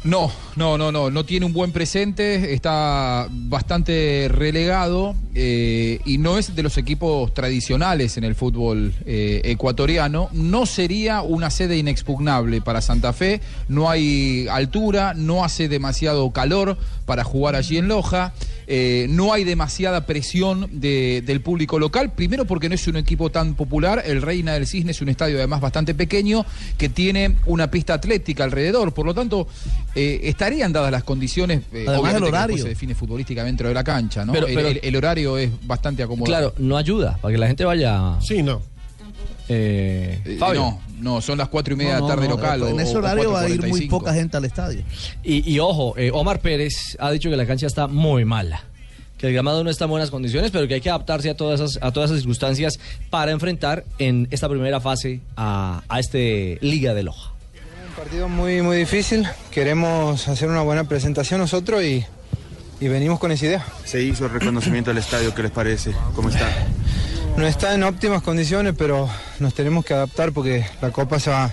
Speaker 19: No, no, no, no, no tiene un buen presente, está bastante relegado eh, y no es de los equipos tradicionales en el fútbol eh, ecuatoriano. No sería una sede inexpugnable para Santa Fe, no hay altura, no hace demasiado calor para jugar allí en Loja, eh, no hay demasiada presión de- del público local, primero porque no es un equipo tan popular, el Reina del Cisne es un estadio además bastante pequeño que tiene una pista atlética alrededor, por lo tanto eh, estarían dadas las condiciones, eh,
Speaker 6: Además,
Speaker 19: obviamente
Speaker 6: el
Speaker 19: que
Speaker 6: horario.
Speaker 19: después se define futbolísticamente dentro de la cancha, ¿no?
Speaker 2: Pero-
Speaker 19: El-
Speaker 2: pero-
Speaker 19: el, el horario es bastante acomodado.
Speaker 2: Claro, no ayuda para que la gente vaya.
Speaker 9: Sí, no.
Speaker 19: Eh,
Speaker 2: Fabio.
Speaker 19: No, no, son las cuatro y media
Speaker 2: No,
Speaker 19: de
Speaker 2: no,
Speaker 19: la tarde
Speaker 2: no,
Speaker 19: local.
Speaker 2: en
Speaker 19: o-
Speaker 2: ese
Speaker 19: o
Speaker 2: horario va a ir
Speaker 19: 4:45.
Speaker 2: muy
Speaker 6: Poca gente al estadio.
Speaker 2: Y, y ojo, eh, Omar Pérez ha dicho que la cancha está muy mala. Que el gramado no está en buenas condiciones, pero que hay que adaptarse a todas esas, a todas esas circunstancias para enfrentar en esta primera fase a, a este Liga de Loja.
Speaker 4: partido muy, muy difícil. Queremos hacer una buena presentación nosotros y, y venimos con esa idea.
Speaker 25: Se hizo el reconocimiento del estadio, ¿qué les parece? ¿Cómo está?
Speaker 4: No está en óptimas condiciones, pero nos tenemos que adaptar porque la Copa se va,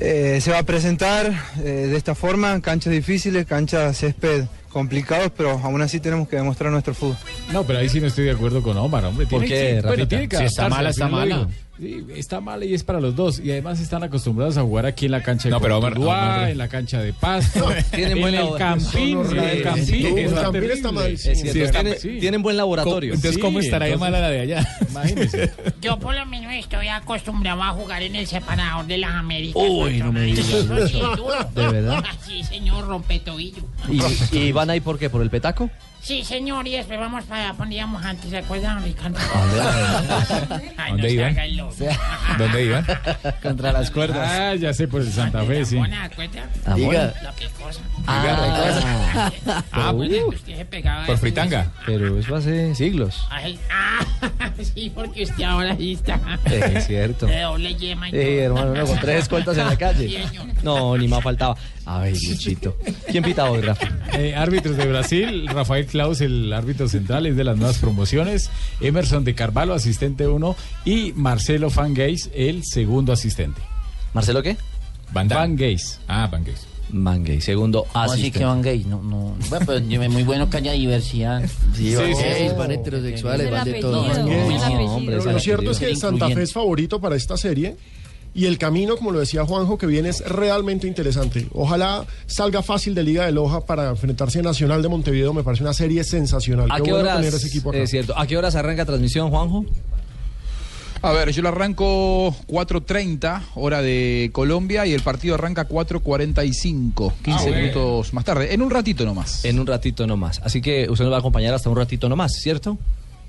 Speaker 4: eh, se va a presentar eh, de esta forma. Canchas difíciles, canchas césped complicados, pero aún así tenemos que demostrar nuestro fútbol.
Speaker 11: No, pero ahí sí no estoy de acuerdo con Omar, hombre.
Speaker 4: ¿Por
Speaker 11: Tiene
Speaker 4: qué,
Speaker 11: que- bueno,
Speaker 4: Rafita?
Speaker 11: tiene que
Speaker 4: Si está
Speaker 11: adaptarse,
Speaker 4: mala,
Speaker 11: al
Speaker 4: está
Speaker 11: final lo
Speaker 4: mala.
Speaker 11: digo. Sí, está mala y es para los dos. Y además están acostumbrados a jugar aquí en la cancha de
Speaker 24: No, pero Omar-
Speaker 11: Cortuluá,
Speaker 24: Omar-
Speaker 11: en la cancha de Pasto,
Speaker 2: Tienen
Speaker 11: en
Speaker 2: buen
Speaker 11: el
Speaker 2: labo-
Speaker 11: Campín.
Speaker 2: Son
Speaker 11: en el
Speaker 2: horribles.
Speaker 11: Campín,
Speaker 2: Sí, el
Speaker 11: está
Speaker 2: Campín está
Speaker 11: terrible.
Speaker 2: mal, sí, es cierto. Tienen- Eh, tienen buen laboratorio.
Speaker 11: Entonces,
Speaker 2: Sí,
Speaker 11: ¿cómo estará de
Speaker 2: entonces-
Speaker 11: mala la de allá? Imagínese.
Speaker 26: Yo por lo menos estoy acostumbrado a jugar en el separador de las Américas.
Speaker 2: Uy, no me digas
Speaker 26: Eso sí
Speaker 2: eso.
Speaker 26: es duro.
Speaker 2: ¿De verdad?
Speaker 26: Sí, señor, rompe tobillo.
Speaker 2: ¿Y, y van ahí por qué? ¿Por el petaco?
Speaker 26: Sí, señor, y después vamos para allá, poníamos antes, ¿se acuerdan, Ricardo?
Speaker 2: ¿A dónde?
Speaker 26: Ay,
Speaker 2: ¿Dónde
Speaker 26: no se
Speaker 2: iban?
Speaker 26: haga el míos.
Speaker 11: ¿Dónde iban?
Speaker 8: Contra las cuerdas.
Speaker 11: Ah, ya sé, por el Santa Fe, sí.
Speaker 26: Mona, cuenta?
Speaker 11: Ah, bueno.
Speaker 26: Lo que cosa.
Speaker 2: Ah,
Speaker 11: Ah.
Speaker 26: Ah,
Speaker 11: Pero,
Speaker 26: bueno,
Speaker 11: uh,
Speaker 26: que usted se pegaba
Speaker 11: por
Speaker 26: eso.
Speaker 11: fritanga.
Speaker 8: Pero eso hace siglos.
Speaker 26: Ay, ah, sí, porque usted ahora sí está.
Speaker 2: Es cierto.
Speaker 26: De doble yema y
Speaker 2: Sí,
Speaker 26: todo.
Speaker 2: hermano, uno con tres escoltas en la
Speaker 26: Sí,
Speaker 2: calle.
Speaker 26: señor.
Speaker 2: No, ni más faltaba. A ver, Diosito. ¿Quién pita hoy, Rafa?
Speaker 11: Eh, árbitros de Brasil, Rafael Claus, el árbitro central, es de las nuevas promociones. Emerson de Carvalho, asistente 1. Y Marcelo Fangeis, el segundo asistente.
Speaker 2: ¿Marcelo qué?
Speaker 11: Van, Gays. Ah, Van Gays.
Speaker 2: Van Gays, segundo
Speaker 11: Ah,
Speaker 20: No, Así que van gays, no, no. Bueno, pero es muy bueno que haya diversidad.
Speaker 22: Sí, van gays, van heterosexuales, van de todo.
Speaker 9: Van gays.
Speaker 20: hombre,
Speaker 9: Pero
Speaker 20: esa
Speaker 9: lo cierto
Speaker 20: gente
Speaker 9: es que
Speaker 20: es
Speaker 9: Santa Fe
Speaker 20: incluyente.
Speaker 9: es favorito para esta serie. Y el camino, como lo decía Juanjo, que viene es realmente interesante. Ojalá salga fácil de Liga de Loja para enfrentarse a Nacional de Montevideo. Me parece una serie sensacional.
Speaker 2: ¿A qué
Speaker 9: bueno
Speaker 2: horas?
Speaker 9: tener ese equipo acá.
Speaker 2: Es cierto. ¿A qué horas arranca transmisión, Juanjo?
Speaker 19: A ver, yo lo arranco 4.30, hora de Colombia, y el partido arranca 4.45, 15
Speaker 2: Ah, bueno.
Speaker 19: minutos más tarde. En un ratito nomás.
Speaker 2: En un ratito nomás. Así que usted nos va a acompañar hasta un ratito nomás, ¿cierto?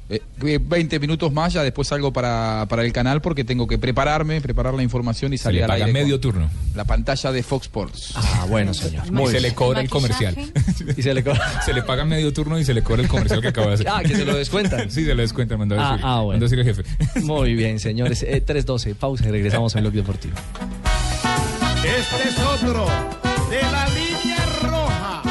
Speaker 19: Eh, eh, 20 minutos más, ya después salgo para, para el canal porque tengo que prepararme, preparar la información y salir
Speaker 11: le
Speaker 19: al
Speaker 11: paga
Speaker 19: aire.
Speaker 11: medio
Speaker 19: turno. La pantalla de Fox Sports.
Speaker 2: Ah, bueno, señor.
Speaker 19: Muy
Speaker 11: Y se
Speaker 19: bien.
Speaker 11: le cobra el comercial.
Speaker 2: Y se le cobra.
Speaker 11: Se le paga medio turno y se le cobra el comercial que acaba de hacer.
Speaker 2: Ah, que se lo descuentan.
Speaker 11: Sí, se lo descuentan, mandó a
Speaker 2: Ah,
Speaker 11: decir.
Speaker 2: ah, bueno.
Speaker 11: mandó a decir el jefe.
Speaker 2: Muy bien, señores. Eh, 3.12, pausa y regresamos en Blog Deportivo.
Speaker 5: Este es otro de la línea roja.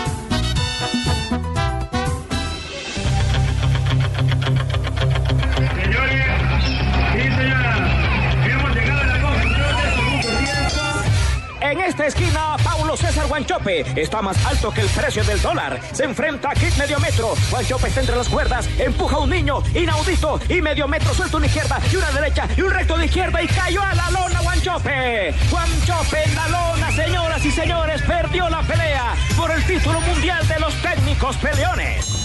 Speaker 1: Señores, sí señora, hemos llegado a la conclusión de su
Speaker 3: En esta esquina, Paulo César Guanchope está más alto que el precio del dólar. Se enfrenta a Kid Mediometro. Guanchope está entre las cuerdas, empuja a un niño inaudito y Mediometro suelta una izquierda y una derecha y un recto de izquierda y cayó a la lona Guanchope. Guanchope en la lona, señoras y señores, perdió la pelea por el título mundial de los técnicos peleones.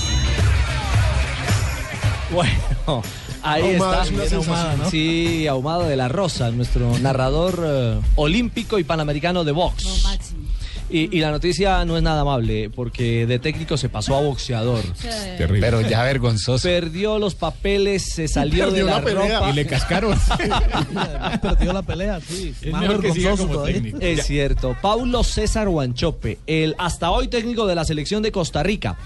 Speaker 2: Bueno, ahí
Speaker 3: Ahumada, es
Speaker 2: está.
Speaker 3: una
Speaker 2: Bien ahumada,
Speaker 3: sensación, ¿no?
Speaker 2: Sí, Ahumada de la Rosa, nuestro narrador eh, olímpico y panamericano de box. Y, y la noticia no es nada amable, porque de técnico se pasó a boxeador.
Speaker 8: Terrible. Pero ya
Speaker 2: vergonzoso. Perdió los papeles, se salió
Speaker 6: Perdió
Speaker 2: de la,
Speaker 6: la pelea.
Speaker 2: ropa.
Speaker 6: Y le
Speaker 2: cascaron.
Speaker 6: Perdió la pelea, sí. Más
Speaker 2: mejor que siga
Speaker 6: vergonzoso
Speaker 2: como
Speaker 6: todavía.
Speaker 2: técnico. Es cierto. Paulo César Guanchope, el hasta hoy técnico de la selección de Costa Rica.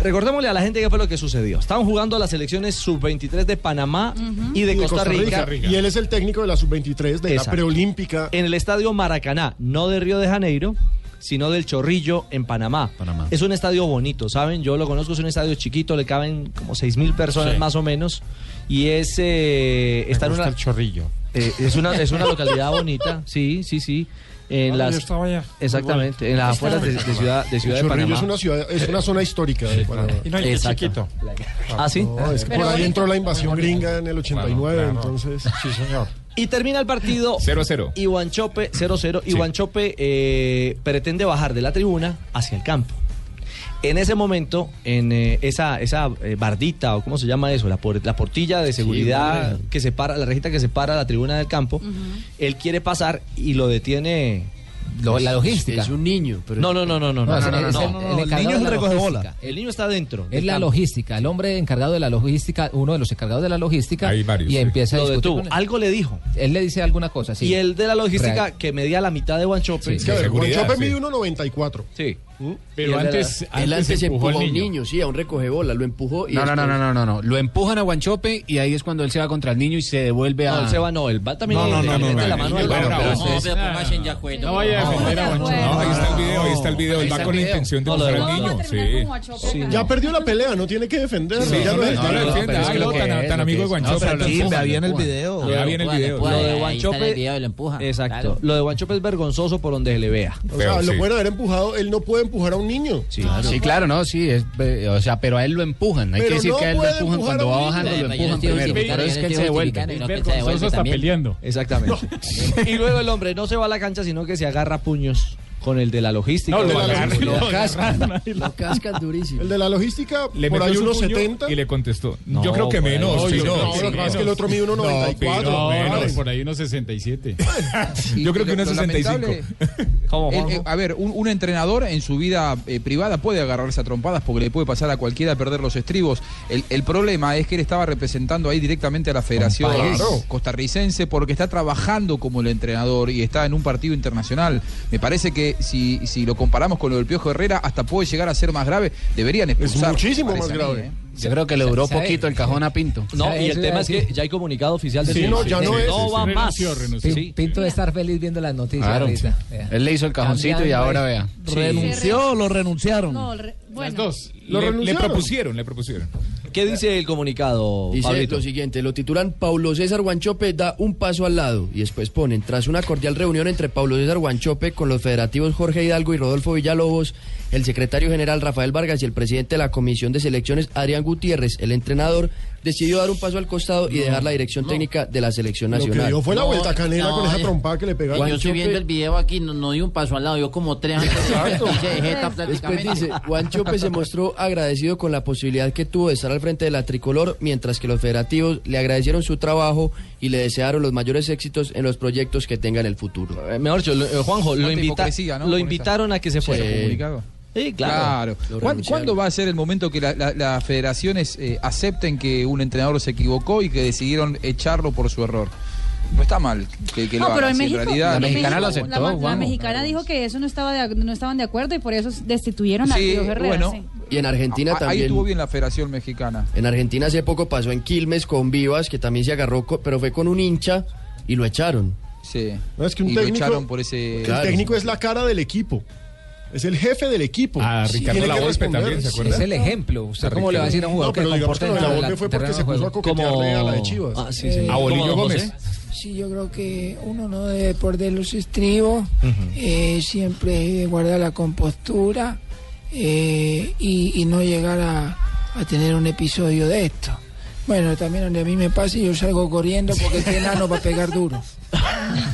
Speaker 2: Recordémosle a la gente qué fue lo que sucedió. Estaban jugando las selecciones sub-23 de Panamá y de Costa, Rica.
Speaker 9: Y él es el técnico de la sub-23, de
Speaker 2: Exacto.
Speaker 9: la preolímpica.
Speaker 2: En el estadio Maracaná, no de Río de Janeiro, sino del Chorrillo en Panamá. Es un estadio bonito, ¿saben? Yo lo conozco, es un estadio chiquito, le caben como 6 mil personas
Speaker 14: Sí.
Speaker 2: más o menos. Y es. eh, está en
Speaker 14: gusta
Speaker 2: una-
Speaker 14: el chorrillo.
Speaker 2: eh, es, una, es una localidad bonita, sí, sí, sí. En
Speaker 9: Ah,
Speaker 2: las,
Speaker 9: yo estaba allá.
Speaker 2: Exactamente, en las afueras de, de ciudad de, ciudad de
Speaker 9: Chorrillo
Speaker 2: Panamá.
Speaker 9: es una, ciudad, es una zona histórica de Panamá.
Speaker 2: Y no, y es Exacto. chiquito. Ah, sí.
Speaker 9: No, es que
Speaker 2: Pero
Speaker 9: por ahí
Speaker 2: bonito.
Speaker 9: entró la invasión gringa en el 89, entonces. Sí, señor.
Speaker 2: Y termina el partido
Speaker 9: 0-0.
Speaker 2: Y Guanchope 0-0. Y Guanchope eh, pretende bajar de la tribuna hacia el campo. En ese momento, en eh, esa, esa eh, bardita, o cómo se llama eso, la, por- la portilla de seguridad
Speaker 22: hombre.
Speaker 2: que separa, la rejita que separa la tribuna del campo, él quiere pasar y lo detiene.
Speaker 22: Lo- la logística. Es un niño, pero-
Speaker 2: No, no, no, no, no. no,
Speaker 22: No, es-
Speaker 2: no, no,
Speaker 22: es
Speaker 2: no,
Speaker 22: el-
Speaker 2: no,
Speaker 22: el
Speaker 2: no,
Speaker 22: encargado de la logística.
Speaker 2: El niño está dentro.
Speaker 8: Es
Speaker 2: del
Speaker 8: la
Speaker 2: campo.
Speaker 8: logística, el hombre encargado de la logística, uno de los encargados de la logística, y empieza a
Speaker 2: Lo
Speaker 8: discutir.
Speaker 2: detuvo.
Speaker 8: con él.
Speaker 2: Algo le dijo.
Speaker 8: Él le dice alguna cosa, sí.
Speaker 2: Y el de la logística
Speaker 8: Real.
Speaker 2: que medía la mitad de Guanchope.
Speaker 8: Sí, Es que, a ver, seguridad,
Speaker 9: Chope mide 1.94.
Speaker 2: Sí.
Speaker 22: Y él era- él antes empujó a un niño, sí, a un recogebola, lo empujó. Y
Speaker 16: No, no, no, no,
Speaker 22: después-
Speaker 16: no, no, no. Lo empujan a Guanchope y ahí es cuando él se va contra el niño y se devuelve a.
Speaker 2: No, él se va, no, él va también No, y no, le- no, le no, mete no, la no, mano al no, hombro. no,
Speaker 16: pero-
Speaker 2: no,
Speaker 20: No, pero pónganse de acuerdo.
Speaker 2: No vaya a defender a Juancho. No,
Speaker 11: ahí está el video, ahí está el video. Él
Speaker 9: Ahí
Speaker 11: va
Speaker 9: está
Speaker 11: con
Speaker 9: el
Speaker 11: la
Speaker 9: video.
Speaker 11: intención de
Speaker 9: No, lo
Speaker 11: mostrar
Speaker 9: de-
Speaker 11: al
Speaker 9: no,
Speaker 11: niño.
Speaker 9: Sí. Ya perdió la pelea, no tiene que defenderlo.
Speaker 11: Sí,
Speaker 9: ya lo
Speaker 11: no, no,
Speaker 9: defiende. Ah,
Speaker 11: no lo defienda.
Speaker 9: pero es que
Speaker 11: Hágalo
Speaker 9: lo que
Speaker 11: tan-
Speaker 9: es,
Speaker 11: tan
Speaker 9: lo
Speaker 11: amigo
Speaker 9: que
Speaker 11: de
Speaker 9: es.
Speaker 11: Guanchope,
Speaker 9: pero
Speaker 11: lo
Speaker 9: sí,
Speaker 11: empujan,
Speaker 9: vea
Speaker 11: lo
Speaker 9: bien el
Speaker 11: empujan.
Speaker 9: video.
Speaker 11: Lo vea bien el video.
Speaker 2: Lo de
Speaker 11: Ahí
Speaker 2: Guanchope.
Speaker 11: está el
Speaker 20: lo empuja.
Speaker 2: Exacto. Lo de Guanchope es vergonzoso por donde se le vea.
Speaker 9: O sea, lo pueden haber empujado, él no puede empujar a un niño.
Speaker 16: Sí, claro. Sí, claro, no, sí. es- eh, o sea, pero a él lo empujan. Hay
Speaker 9: Pero
Speaker 16: que decir
Speaker 9: no
Speaker 16: que a él lo
Speaker 9: puede
Speaker 16: empujan
Speaker 9: empujar a
Speaker 16: cuando
Speaker 9: un
Speaker 16: va
Speaker 9: niño.
Speaker 16: bajando,
Speaker 2: Yo
Speaker 16: lo
Speaker 2: no
Speaker 16: empujan
Speaker 2: estoy
Speaker 16: primero.
Speaker 2: justificando,
Speaker 16: Pero es
Speaker 2: yo
Speaker 16: que
Speaker 2: no
Speaker 16: él
Speaker 2: estoy
Speaker 16: se devuelve.
Speaker 2: justificando, sino que se devuelve también. Exactamente. y luego el hombre no se va a la cancha, sino que se agarra a puños con el de la logística.
Speaker 9: No, el de
Speaker 2: o
Speaker 9: la
Speaker 2: algo así.
Speaker 9: logística.
Speaker 2: No,
Speaker 22: Lo cascan durísimo.
Speaker 9: El de la logística,
Speaker 2: Le
Speaker 9: por
Speaker 2: metió
Speaker 9: ahí
Speaker 2: su
Speaker 9: unos
Speaker 2: puño
Speaker 9: 70.
Speaker 11: Y le contestó.
Speaker 2: No,
Speaker 11: yo creo que
Speaker 2: por ahí
Speaker 11: menos.
Speaker 2: no,
Speaker 11: sí,
Speaker 2: yo
Speaker 11: no,
Speaker 2: creo
Speaker 11: sí,
Speaker 2: que
Speaker 11: menos.
Speaker 2: es que el otro mide uno
Speaker 11: No,
Speaker 2: 94.
Speaker 11: pero menos,
Speaker 2: Juárez.
Speaker 11: por ahí unos 67.
Speaker 19: Sí,
Speaker 11: yo creo que
Speaker 19: lo-
Speaker 11: unos
Speaker 19: lo
Speaker 11: 65.
Speaker 19: lamentable- El- eh, a ver, un, un entrenador en su vida eh, privada puede agarrarse a trompadas porque le puede pasar a cualquiera perder los estribos. El, el problema es que él estaba representando ahí directamente a la Federación
Speaker 7: país.
Speaker 19: Claro. Costarricense porque está trabajando como el entrenador y está en un partido internacional. Me parece que si, si lo comparamos con lo del Piojo Herrera, hasta puede llegar a ser más grave. Deberían expulsar. me parece a mí, ¿eh?
Speaker 16: Yo creo que le duró
Speaker 19: ¿Sabe?
Speaker 16: poquito el cajón a Pinto.
Speaker 2: No, y el tema es que ya hay comunicado oficial de
Speaker 16: Sí, no, ya no es.
Speaker 2: va más.
Speaker 16: Renunció, renunció.
Speaker 2: Sí.
Speaker 14: Pinto de estar feliz viendo las noticias
Speaker 16: Claro.
Speaker 14: ahorita.
Speaker 16: Él le hizo el cajoncito y ahora vea.
Speaker 6: ¿Renunció lo renunciaron?
Speaker 17: No, re- bueno.
Speaker 11: dos.
Speaker 22: ¿Lo
Speaker 11: le, le
Speaker 22: renunciaron?
Speaker 11: propusieron, le propusieron.
Speaker 2: ¿Qué dice el comunicado,
Speaker 22: Dice
Speaker 2: Pablito?
Speaker 22: lo siguiente, lo titulan Paulo César Guanchope da un paso al lado y después ponen, tras una cordial reunión entre Paulo César Guanchope con los federativos Jorge Hidalgo y Rodolfo Villalobos, el secretario general Rafael Vargas y el presidente de la Comisión de Selecciones Adrián Gutiérrez, el entrenador, decidió dar un paso al costado y dejar la dirección técnica de la selección
Speaker 9: Lo
Speaker 22: nacional.
Speaker 9: que dio fue la
Speaker 22: No,
Speaker 9: vuelta a canela
Speaker 22: no,
Speaker 9: con esa
Speaker 22: eh,
Speaker 9: trompada que le
Speaker 22: Pero
Speaker 9: pegaron.
Speaker 22: Juan
Speaker 20: yo estoy
Speaker 22: Chope-
Speaker 20: viendo el video aquí, no, no di un paso al lado, yo como tres antes de jeta
Speaker 22: Después
Speaker 20: prácticamente.
Speaker 22: Pues dice, Juan Chope se mostró agradecido con la posibilidad que tuvo de estar al frente de la tricolor, mientras que los federativos le agradecieron su trabajo y le desearon los mayores éxitos en los proyectos que tenga en el futuro.
Speaker 2: Eh, Mejor dicho, lo- eh, Juanjo, lo,
Speaker 19: Cuánta
Speaker 2: invita-
Speaker 19: hipocresía, ¿no?
Speaker 2: lo
Speaker 19: Con
Speaker 2: invitaron a que se fuera. Sí, claro.
Speaker 19: Claro.
Speaker 2: Lo
Speaker 19: ¿Cuán-
Speaker 2: renunciaron.
Speaker 19: ¿Cuándo va a ser el momento que la- la- las federaciones eh, acepten que un entrenador se equivocó y que decidieron echarlo por su error? No está mal que, que
Speaker 17: No,
Speaker 19: lo hagan.
Speaker 17: pero en
Speaker 19: si
Speaker 17: México,
Speaker 19: en realidad,
Speaker 17: en México- la ma- La, mexicana dijo que eso no estaba de, no estaban de acuerdo y por eso destituyeron a
Speaker 19: Sí,
Speaker 17: Diego Herrera.
Speaker 19: bueno.
Speaker 17: sí.
Speaker 22: Y en Argentina
Speaker 19: Ah, Ahí
Speaker 22: también.
Speaker 19: estuvo bien la Federación Mexicana.
Speaker 22: En Argentina hace poco pasó en Quilmes con Vivas, que también se agarró, co- pero fue con un hincha y lo echaron.
Speaker 19: Sí.
Speaker 9: No, es que un
Speaker 19: Y lo
Speaker 9: técnico,
Speaker 19: echaron por ese-
Speaker 9: el
Speaker 22: Claro.
Speaker 9: técnico es la cara del equipo. Es el jefe del equipo.
Speaker 11: A
Speaker 9: Sí,
Speaker 11: Ricardo
Speaker 9: tiene que
Speaker 11: Lavolpe
Speaker 9: responder.
Speaker 11: también, ¿se acuerda?
Speaker 14: Es el ejemplo. O sea, ¿cómo le va a decir a un
Speaker 9: No,
Speaker 14: jugador
Speaker 9: pero
Speaker 14: que
Speaker 9: digamos
Speaker 14: comporte
Speaker 9: que lo de
Speaker 14: en la-
Speaker 9: Lavolpe fue porque
Speaker 14: terreno
Speaker 9: se
Speaker 14: de
Speaker 9: puso a
Speaker 14: juego?
Speaker 9: coquetearle a la de Chivas.
Speaker 14: Ah, sí,
Speaker 10: Eh,
Speaker 14: sí.
Speaker 11: A Bolillo
Speaker 14: ¿Cómo, don
Speaker 11: Gómez.
Speaker 14: José?
Speaker 10: Sí, yo creo que uno no debe perder los estribos, eh, siempre guardar la compostura eh, y, y no llegar a, a tener un episodio de esto. Bueno, también donde a mí me pasa yo salgo corriendo porque este enano va a pegar duro.
Speaker 2: Ay,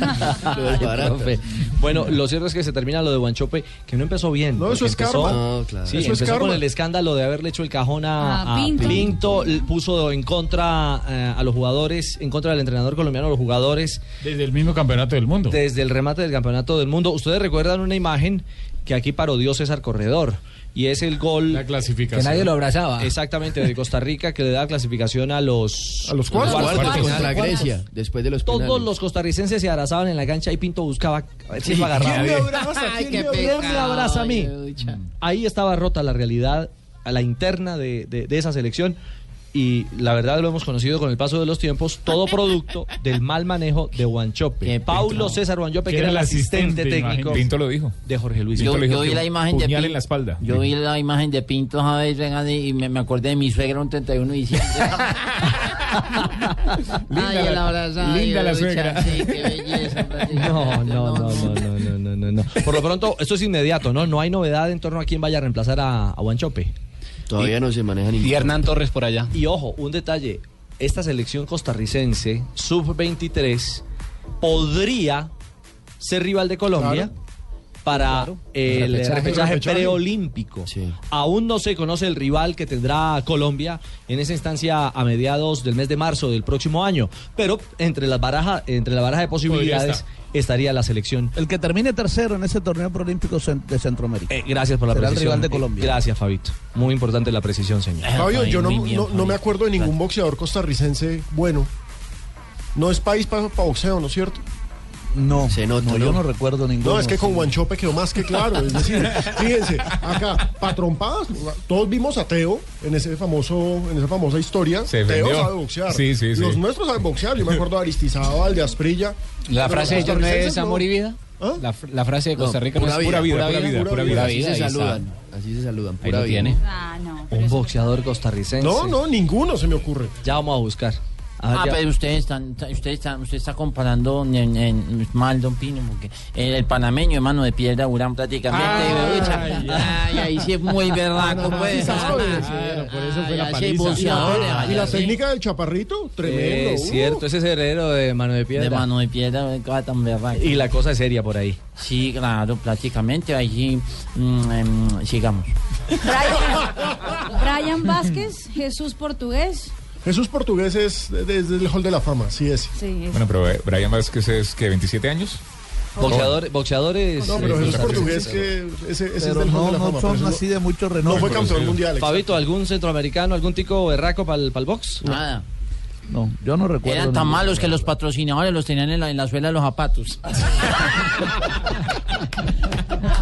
Speaker 2: profe. Bueno, lo cierto es que se termina lo de Guanchope, que no empezó bien.
Speaker 9: No, eso
Speaker 2: porque
Speaker 9: es
Speaker 2: empezó-
Speaker 9: karma. No, claro.
Speaker 2: Sí,
Speaker 9: Eso es
Speaker 2: empezó con
Speaker 9: karma.
Speaker 2: el escándalo de haberle hecho el cajón a,
Speaker 9: A
Speaker 2: a Pinto.
Speaker 9: Pinto.
Speaker 2: l- Puso en contra eh, a los jugadores, en contra del entrenador colombiano, a los jugadores.
Speaker 11: Desde el mismo campeonato del mundo.
Speaker 2: Desde el remate del campeonato del mundo. Ustedes recuerdan una imagen que aquí parodió César Corredor. Y es el gol. La
Speaker 14: Que
Speaker 2: clasificación.
Speaker 14: nadie lo abrazaba.
Speaker 2: Exactamente, de Costa Rica, que le da clasificación a los.
Speaker 22: A los cuartos, contra
Speaker 2: Cuartos.
Speaker 22: Grecia, después de los
Speaker 2: Todos
Speaker 22: penales.
Speaker 2: los costarricenses se abrazaban en la cancha y Pinto buscaba a ver si lo agarraba.
Speaker 22: ¿Quién me
Speaker 14: abraza?
Speaker 2: Ay, qué
Speaker 14: ¿Quién me
Speaker 2: pecado,
Speaker 14: abraza?
Speaker 2: ¿Quién me abraza a mí? Ahí estaba rota la realidad, a la interna de, de- de esa selección. Y la verdad lo hemos conocido con el paso de los tiempos, todo producto del mal manejo de Guanchope. Paulo César Guanchope, que era el asistente técnico.
Speaker 11: Pinto lo dijo.
Speaker 2: De Jorge Luis.
Speaker 11: Pinto
Speaker 20: Yo,
Speaker 11: lo dijo
Speaker 20: yo vi
Speaker 11: que
Speaker 20: la imagen de
Speaker 11: puñal
Speaker 20: Pinto.
Speaker 11: en la espalda.
Speaker 20: Yo vi la imagen de Pinto ¿sabes? Venga, de- y me, me acordé de mi suegra un 31 de diciembre. Ay,
Speaker 2: la-
Speaker 20: el abrazado,
Speaker 2: linda
Speaker 20: y
Speaker 2: la
Speaker 20: el
Speaker 2: suegra.
Speaker 20: Sí, qué belleza.
Speaker 2: No, no, no, no, no, no, no, no, no. Por lo pronto, esto es inmediato, ¿no? No hay novedad en torno a quién vaya a reemplazar a, a Guanchope.
Speaker 22: Todavía no se maneja ningún.
Speaker 2: Y Hernán Torres por allá. Y ojo, un detalle. Esta selección costarricense, sub-23, podría ser rival de Colombia para el
Speaker 22: Repechaje.
Speaker 2: repechaje,
Speaker 22: Repechaje.
Speaker 2: preolímpico. Aún no se conoce el rival que tendrá Colombia en esa instancia a mediados del mes de marzo del próximo año, pero entre las baraja, entre la baraja de posibilidades
Speaker 6: estar.
Speaker 2: estaría la selección.
Speaker 6: El que termine tercero en ese torneo preolímpico cen- de Centroamérica.
Speaker 2: Eh, gracias por la
Speaker 6: Será el
Speaker 2: precisión.
Speaker 6: rival de Colombia.
Speaker 2: Gracias, Fabito. Muy importante la precisión, señor.
Speaker 9: Eh, Fabio, yo no, no- no me acuerdo de ningún boxeador costarricense bueno. No es país para, para boxeo, ¿no es cierto?
Speaker 6: No,
Speaker 22: no,
Speaker 6: yo no recuerdo ninguno.
Speaker 9: No, es que con
Speaker 6: sí.
Speaker 9: Guanchope quedó más que claro. Es decir, fíjense, acá, pa' trompadas, todos vimos a Teo en ese famoso, en esa famosa historia.
Speaker 11: Se
Speaker 9: Teo
Speaker 11: defendió.
Speaker 9: sabe boxear.
Speaker 11: Sí, sí, sí.
Speaker 9: Los nuestros saben boxear. Yo me acuerdo de Aristizábal, de Asprilla.
Speaker 16: La
Speaker 9: Pero
Speaker 16: frase de ellos no es
Speaker 9: costarricenses no.
Speaker 16: amor y vida. La, fr- la frase de
Speaker 9: No,
Speaker 16: Costa Rica
Speaker 9: pura
Speaker 16: no es
Speaker 9: vida, pura vida, pura vida.
Speaker 16: Pura vida,
Speaker 9: Así se
Speaker 16: ahí está.
Speaker 9: saludan,
Speaker 22: así se saludan,
Speaker 16: Ahí lo tiene.
Speaker 17: Ah,
Speaker 2: Un boxeador costarricense.
Speaker 9: No, no, ninguno se me ocurre.
Speaker 2: Ya vamos a buscar.
Speaker 20: Ah,
Speaker 2: ya-
Speaker 20: pero ustedes están, ustedes están, usted está comparando en- en- mal Don Pino, porque el, el panameño, hermano, de piedra Urán prácticamente. Ucha. Ay, ahí sí es muy
Speaker 9: Ah,
Speaker 20: berraco, pues. ah, Allá sí hay boxeadores,
Speaker 9: Y la
Speaker 20: allá sí.
Speaker 9: técnica del chaparrito, tremendo. uh.
Speaker 14: Es Eh, cierto, ese es herrero de mano de piedra.
Speaker 20: De mano de piedra, eh, qué cosa tan berraca.
Speaker 14: Y la cosa es seria por ahí.
Speaker 20: Sí, claro, prácticamente ahí mm, em, sigamos.
Speaker 17: Brian Vázquez, Jesús Portugués.
Speaker 9: Jesús Portugués es de- desde el Hall de la Fama, sí es.
Speaker 17: Sí, es-
Speaker 7: Bueno, pero eh, Brian Vázquez es que 27 años.
Speaker 2: Boxeador, boxeadores.
Speaker 9: No, pero
Speaker 2: eh,
Speaker 9: Jesús
Speaker 2: los
Speaker 9: Portugués
Speaker 2: artistas.
Speaker 9: que ese, ese es
Speaker 6: Pero
Speaker 9: del
Speaker 6: no,
Speaker 9: Hall de la Fama.
Speaker 6: no
Speaker 9: pero eso
Speaker 6: son
Speaker 9: no-
Speaker 6: así de mucho renombre.
Speaker 9: fue campeón mundial, exacto.
Speaker 2: Fabito, ¿algún centroamericano, algún tico berraco para el box?
Speaker 20: Nada.
Speaker 6: No, yo no recuerdo.
Speaker 20: Eran tan
Speaker 6: ninguno.
Speaker 20: malos que los patrocinadores los tenían en la, en la suela de los zapatos.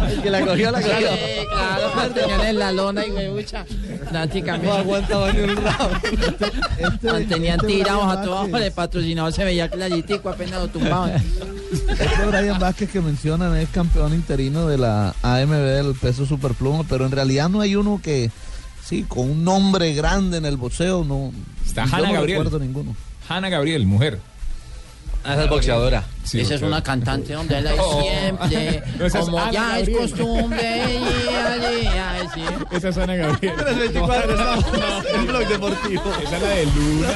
Speaker 2: El que la cogió, la cogió.
Speaker 20: Sí, claro, los tenían en la lona y huevucha. Prácticamente. No
Speaker 2: aguantaban ni un round.
Speaker 20: Los tenían
Speaker 6: este
Speaker 20: tirados
Speaker 6: Brian
Speaker 20: a todos,
Speaker 6: Vázquez.
Speaker 20: el patrocinador se veía claritico, apenas lo tumbaban.
Speaker 6: Este Brian Vázquez que mencionan es campeón interino de la AMB del peso superplumo, pero en realidad no hay uno que, sí, con un nombre grande en el boxeo, no.
Speaker 7: Está
Speaker 6: yo
Speaker 7: Hannah
Speaker 6: no
Speaker 7: Gabriel.
Speaker 6: recuerdo ninguno.
Speaker 7: Hanna Gabriel, mujer.
Speaker 2: esa es boxeadora.
Speaker 7: Sí,
Speaker 20: Esa es
Speaker 7: Ah, boxeadora.
Speaker 20: una cantante donde él es
Speaker 7: Oh.
Speaker 20: siempre,
Speaker 7: No, esa es
Speaker 20: como
Speaker 7: Ana
Speaker 20: ya es
Speaker 7: Gabriel.
Speaker 20: costumbre. ella, ella, ella, sí.
Speaker 7: Esa es Ana Gabriel.
Speaker 2: El blog deportivo.
Speaker 7: Esa es la de Luna.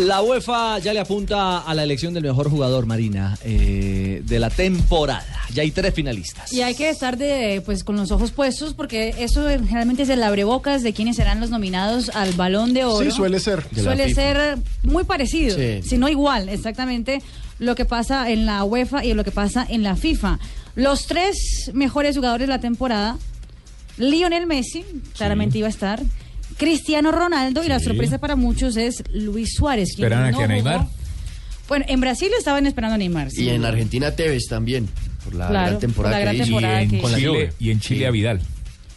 Speaker 2: La UEFA ya le apunta a la elección del mejor jugador, Marina, eh, de la temporada. Ya hay tres finalistas.
Speaker 17: Y hay que estar de, pues, con los ojos puestos porque eso eh, generalmente es el abrebocas de quienes serán los nominados al Balón de Oro.
Speaker 9: Sí, suele ser. De la
Speaker 17: Suele
Speaker 9: FIFA.
Speaker 17: ser muy parecido,
Speaker 9: Sí.
Speaker 17: si no igual, exactamente lo que pasa en la UEFA y lo que pasa en la FIFA. Los tres mejores jugadores de la temporada, Lionel Messi, claramente iba a estar, Cristiano Ronaldo y la
Speaker 7: Sí.
Speaker 17: sorpresa para muchos es Luis Suárez. quien
Speaker 22: Esperan a
Speaker 17: no
Speaker 22: que a Neymar.
Speaker 17: jugó. Bueno, en Brasil estaban esperando a Neymar. sí.
Speaker 22: Y en Argentina Tevez también, por la
Speaker 17: Claro,
Speaker 22: gran temporada
Speaker 17: por la gran
Speaker 22: que hizo.
Speaker 17: temporada
Speaker 7: en
Speaker 17: que- Con la
Speaker 7: Chile,
Speaker 22: Juve.
Speaker 7: y en Chile a Vidal.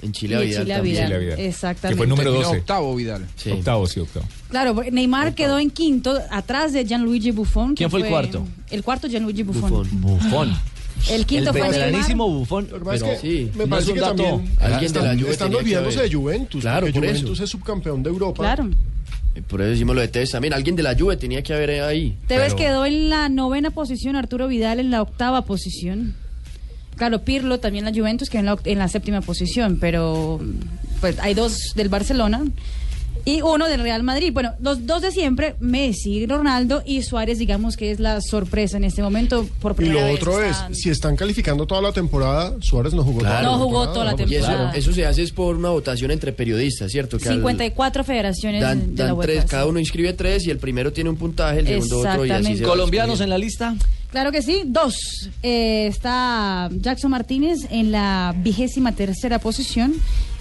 Speaker 22: En
Speaker 17: Y
Speaker 22: Chile
Speaker 17: en
Speaker 22: a Vidal.
Speaker 17: Chile a
Speaker 22: también.
Speaker 17: Vidal,
Speaker 7: Que
Speaker 17: Exactamente.
Speaker 7: fue el número
Speaker 17: Terminó
Speaker 7: 12.
Speaker 19: Octavo Vidal.
Speaker 7: Octavo, sí, octavo.
Speaker 17: Claro, porque Neymar quedó en quinto, atrás de Gianluigi Buffon. que
Speaker 2: ¿Quién fue el cuarto?
Speaker 17: El cuarto, Gianluigi Buffon.
Speaker 2: Bufón.
Speaker 17: Ah. El quinto fue Neymar.
Speaker 2: veteranísimo Bufón.
Speaker 9: Lo que pasa
Speaker 2: pero
Speaker 9: es que me
Speaker 2: no
Speaker 9: parece
Speaker 2: es un
Speaker 9: que
Speaker 2: dato.
Speaker 9: también
Speaker 22: Alguien de la
Speaker 9: están-
Speaker 22: Juve
Speaker 9: están
Speaker 22: tenía que
Speaker 9: olvidándose
Speaker 22: haber.
Speaker 9: de Juventus.
Speaker 22: Claro,
Speaker 9: porque
Speaker 22: por eso.
Speaker 9: Juventus es subcampeón de Europa.
Speaker 17: Claro.
Speaker 22: Eh, Por eso decimos lo de Tevez también. Alguien de la Juve tenía que haber ahí.
Speaker 17: Tevez
Speaker 22: Pero-
Speaker 17: quedó en la novena posición, Arturo Vidal en la octava posición. Claro, Pirlo también la Juventus quedó en la, oct- en la séptima posición, pero pues hay dos del Barcelona y uno del Real Madrid. Bueno, los dos de siempre, Messi, Ronaldo y Suárez, digamos que es la sorpresa en este momento por
Speaker 9: Y
Speaker 17: primera
Speaker 9: lo
Speaker 17: vez
Speaker 9: otro es,
Speaker 17: están-
Speaker 9: si están calificando toda la temporada, Suárez no jugó
Speaker 22: Claro.
Speaker 9: toda la
Speaker 17: No jugó toda la
Speaker 22: Y eso,
Speaker 17: temporada.
Speaker 22: eso se hace es por una votación entre periodistas, ¿cierto? Que al-
Speaker 17: 54 federaciones
Speaker 22: dan,
Speaker 17: de la
Speaker 22: dan
Speaker 17: UEFA.
Speaker 22: tres,
Speaker 17: sí.
Speaker 22: cada uno inscribe tres y el primero tiene un puntaje, el segundo otro y así
Speaker 17: Exactamente.
Speaker 22: se va
Speaker 2: ¿Colombianos en la lista?
Speaker 17: Claro que sí, dos. Eh, está Jackson Martínez en la vigésima tercera posición.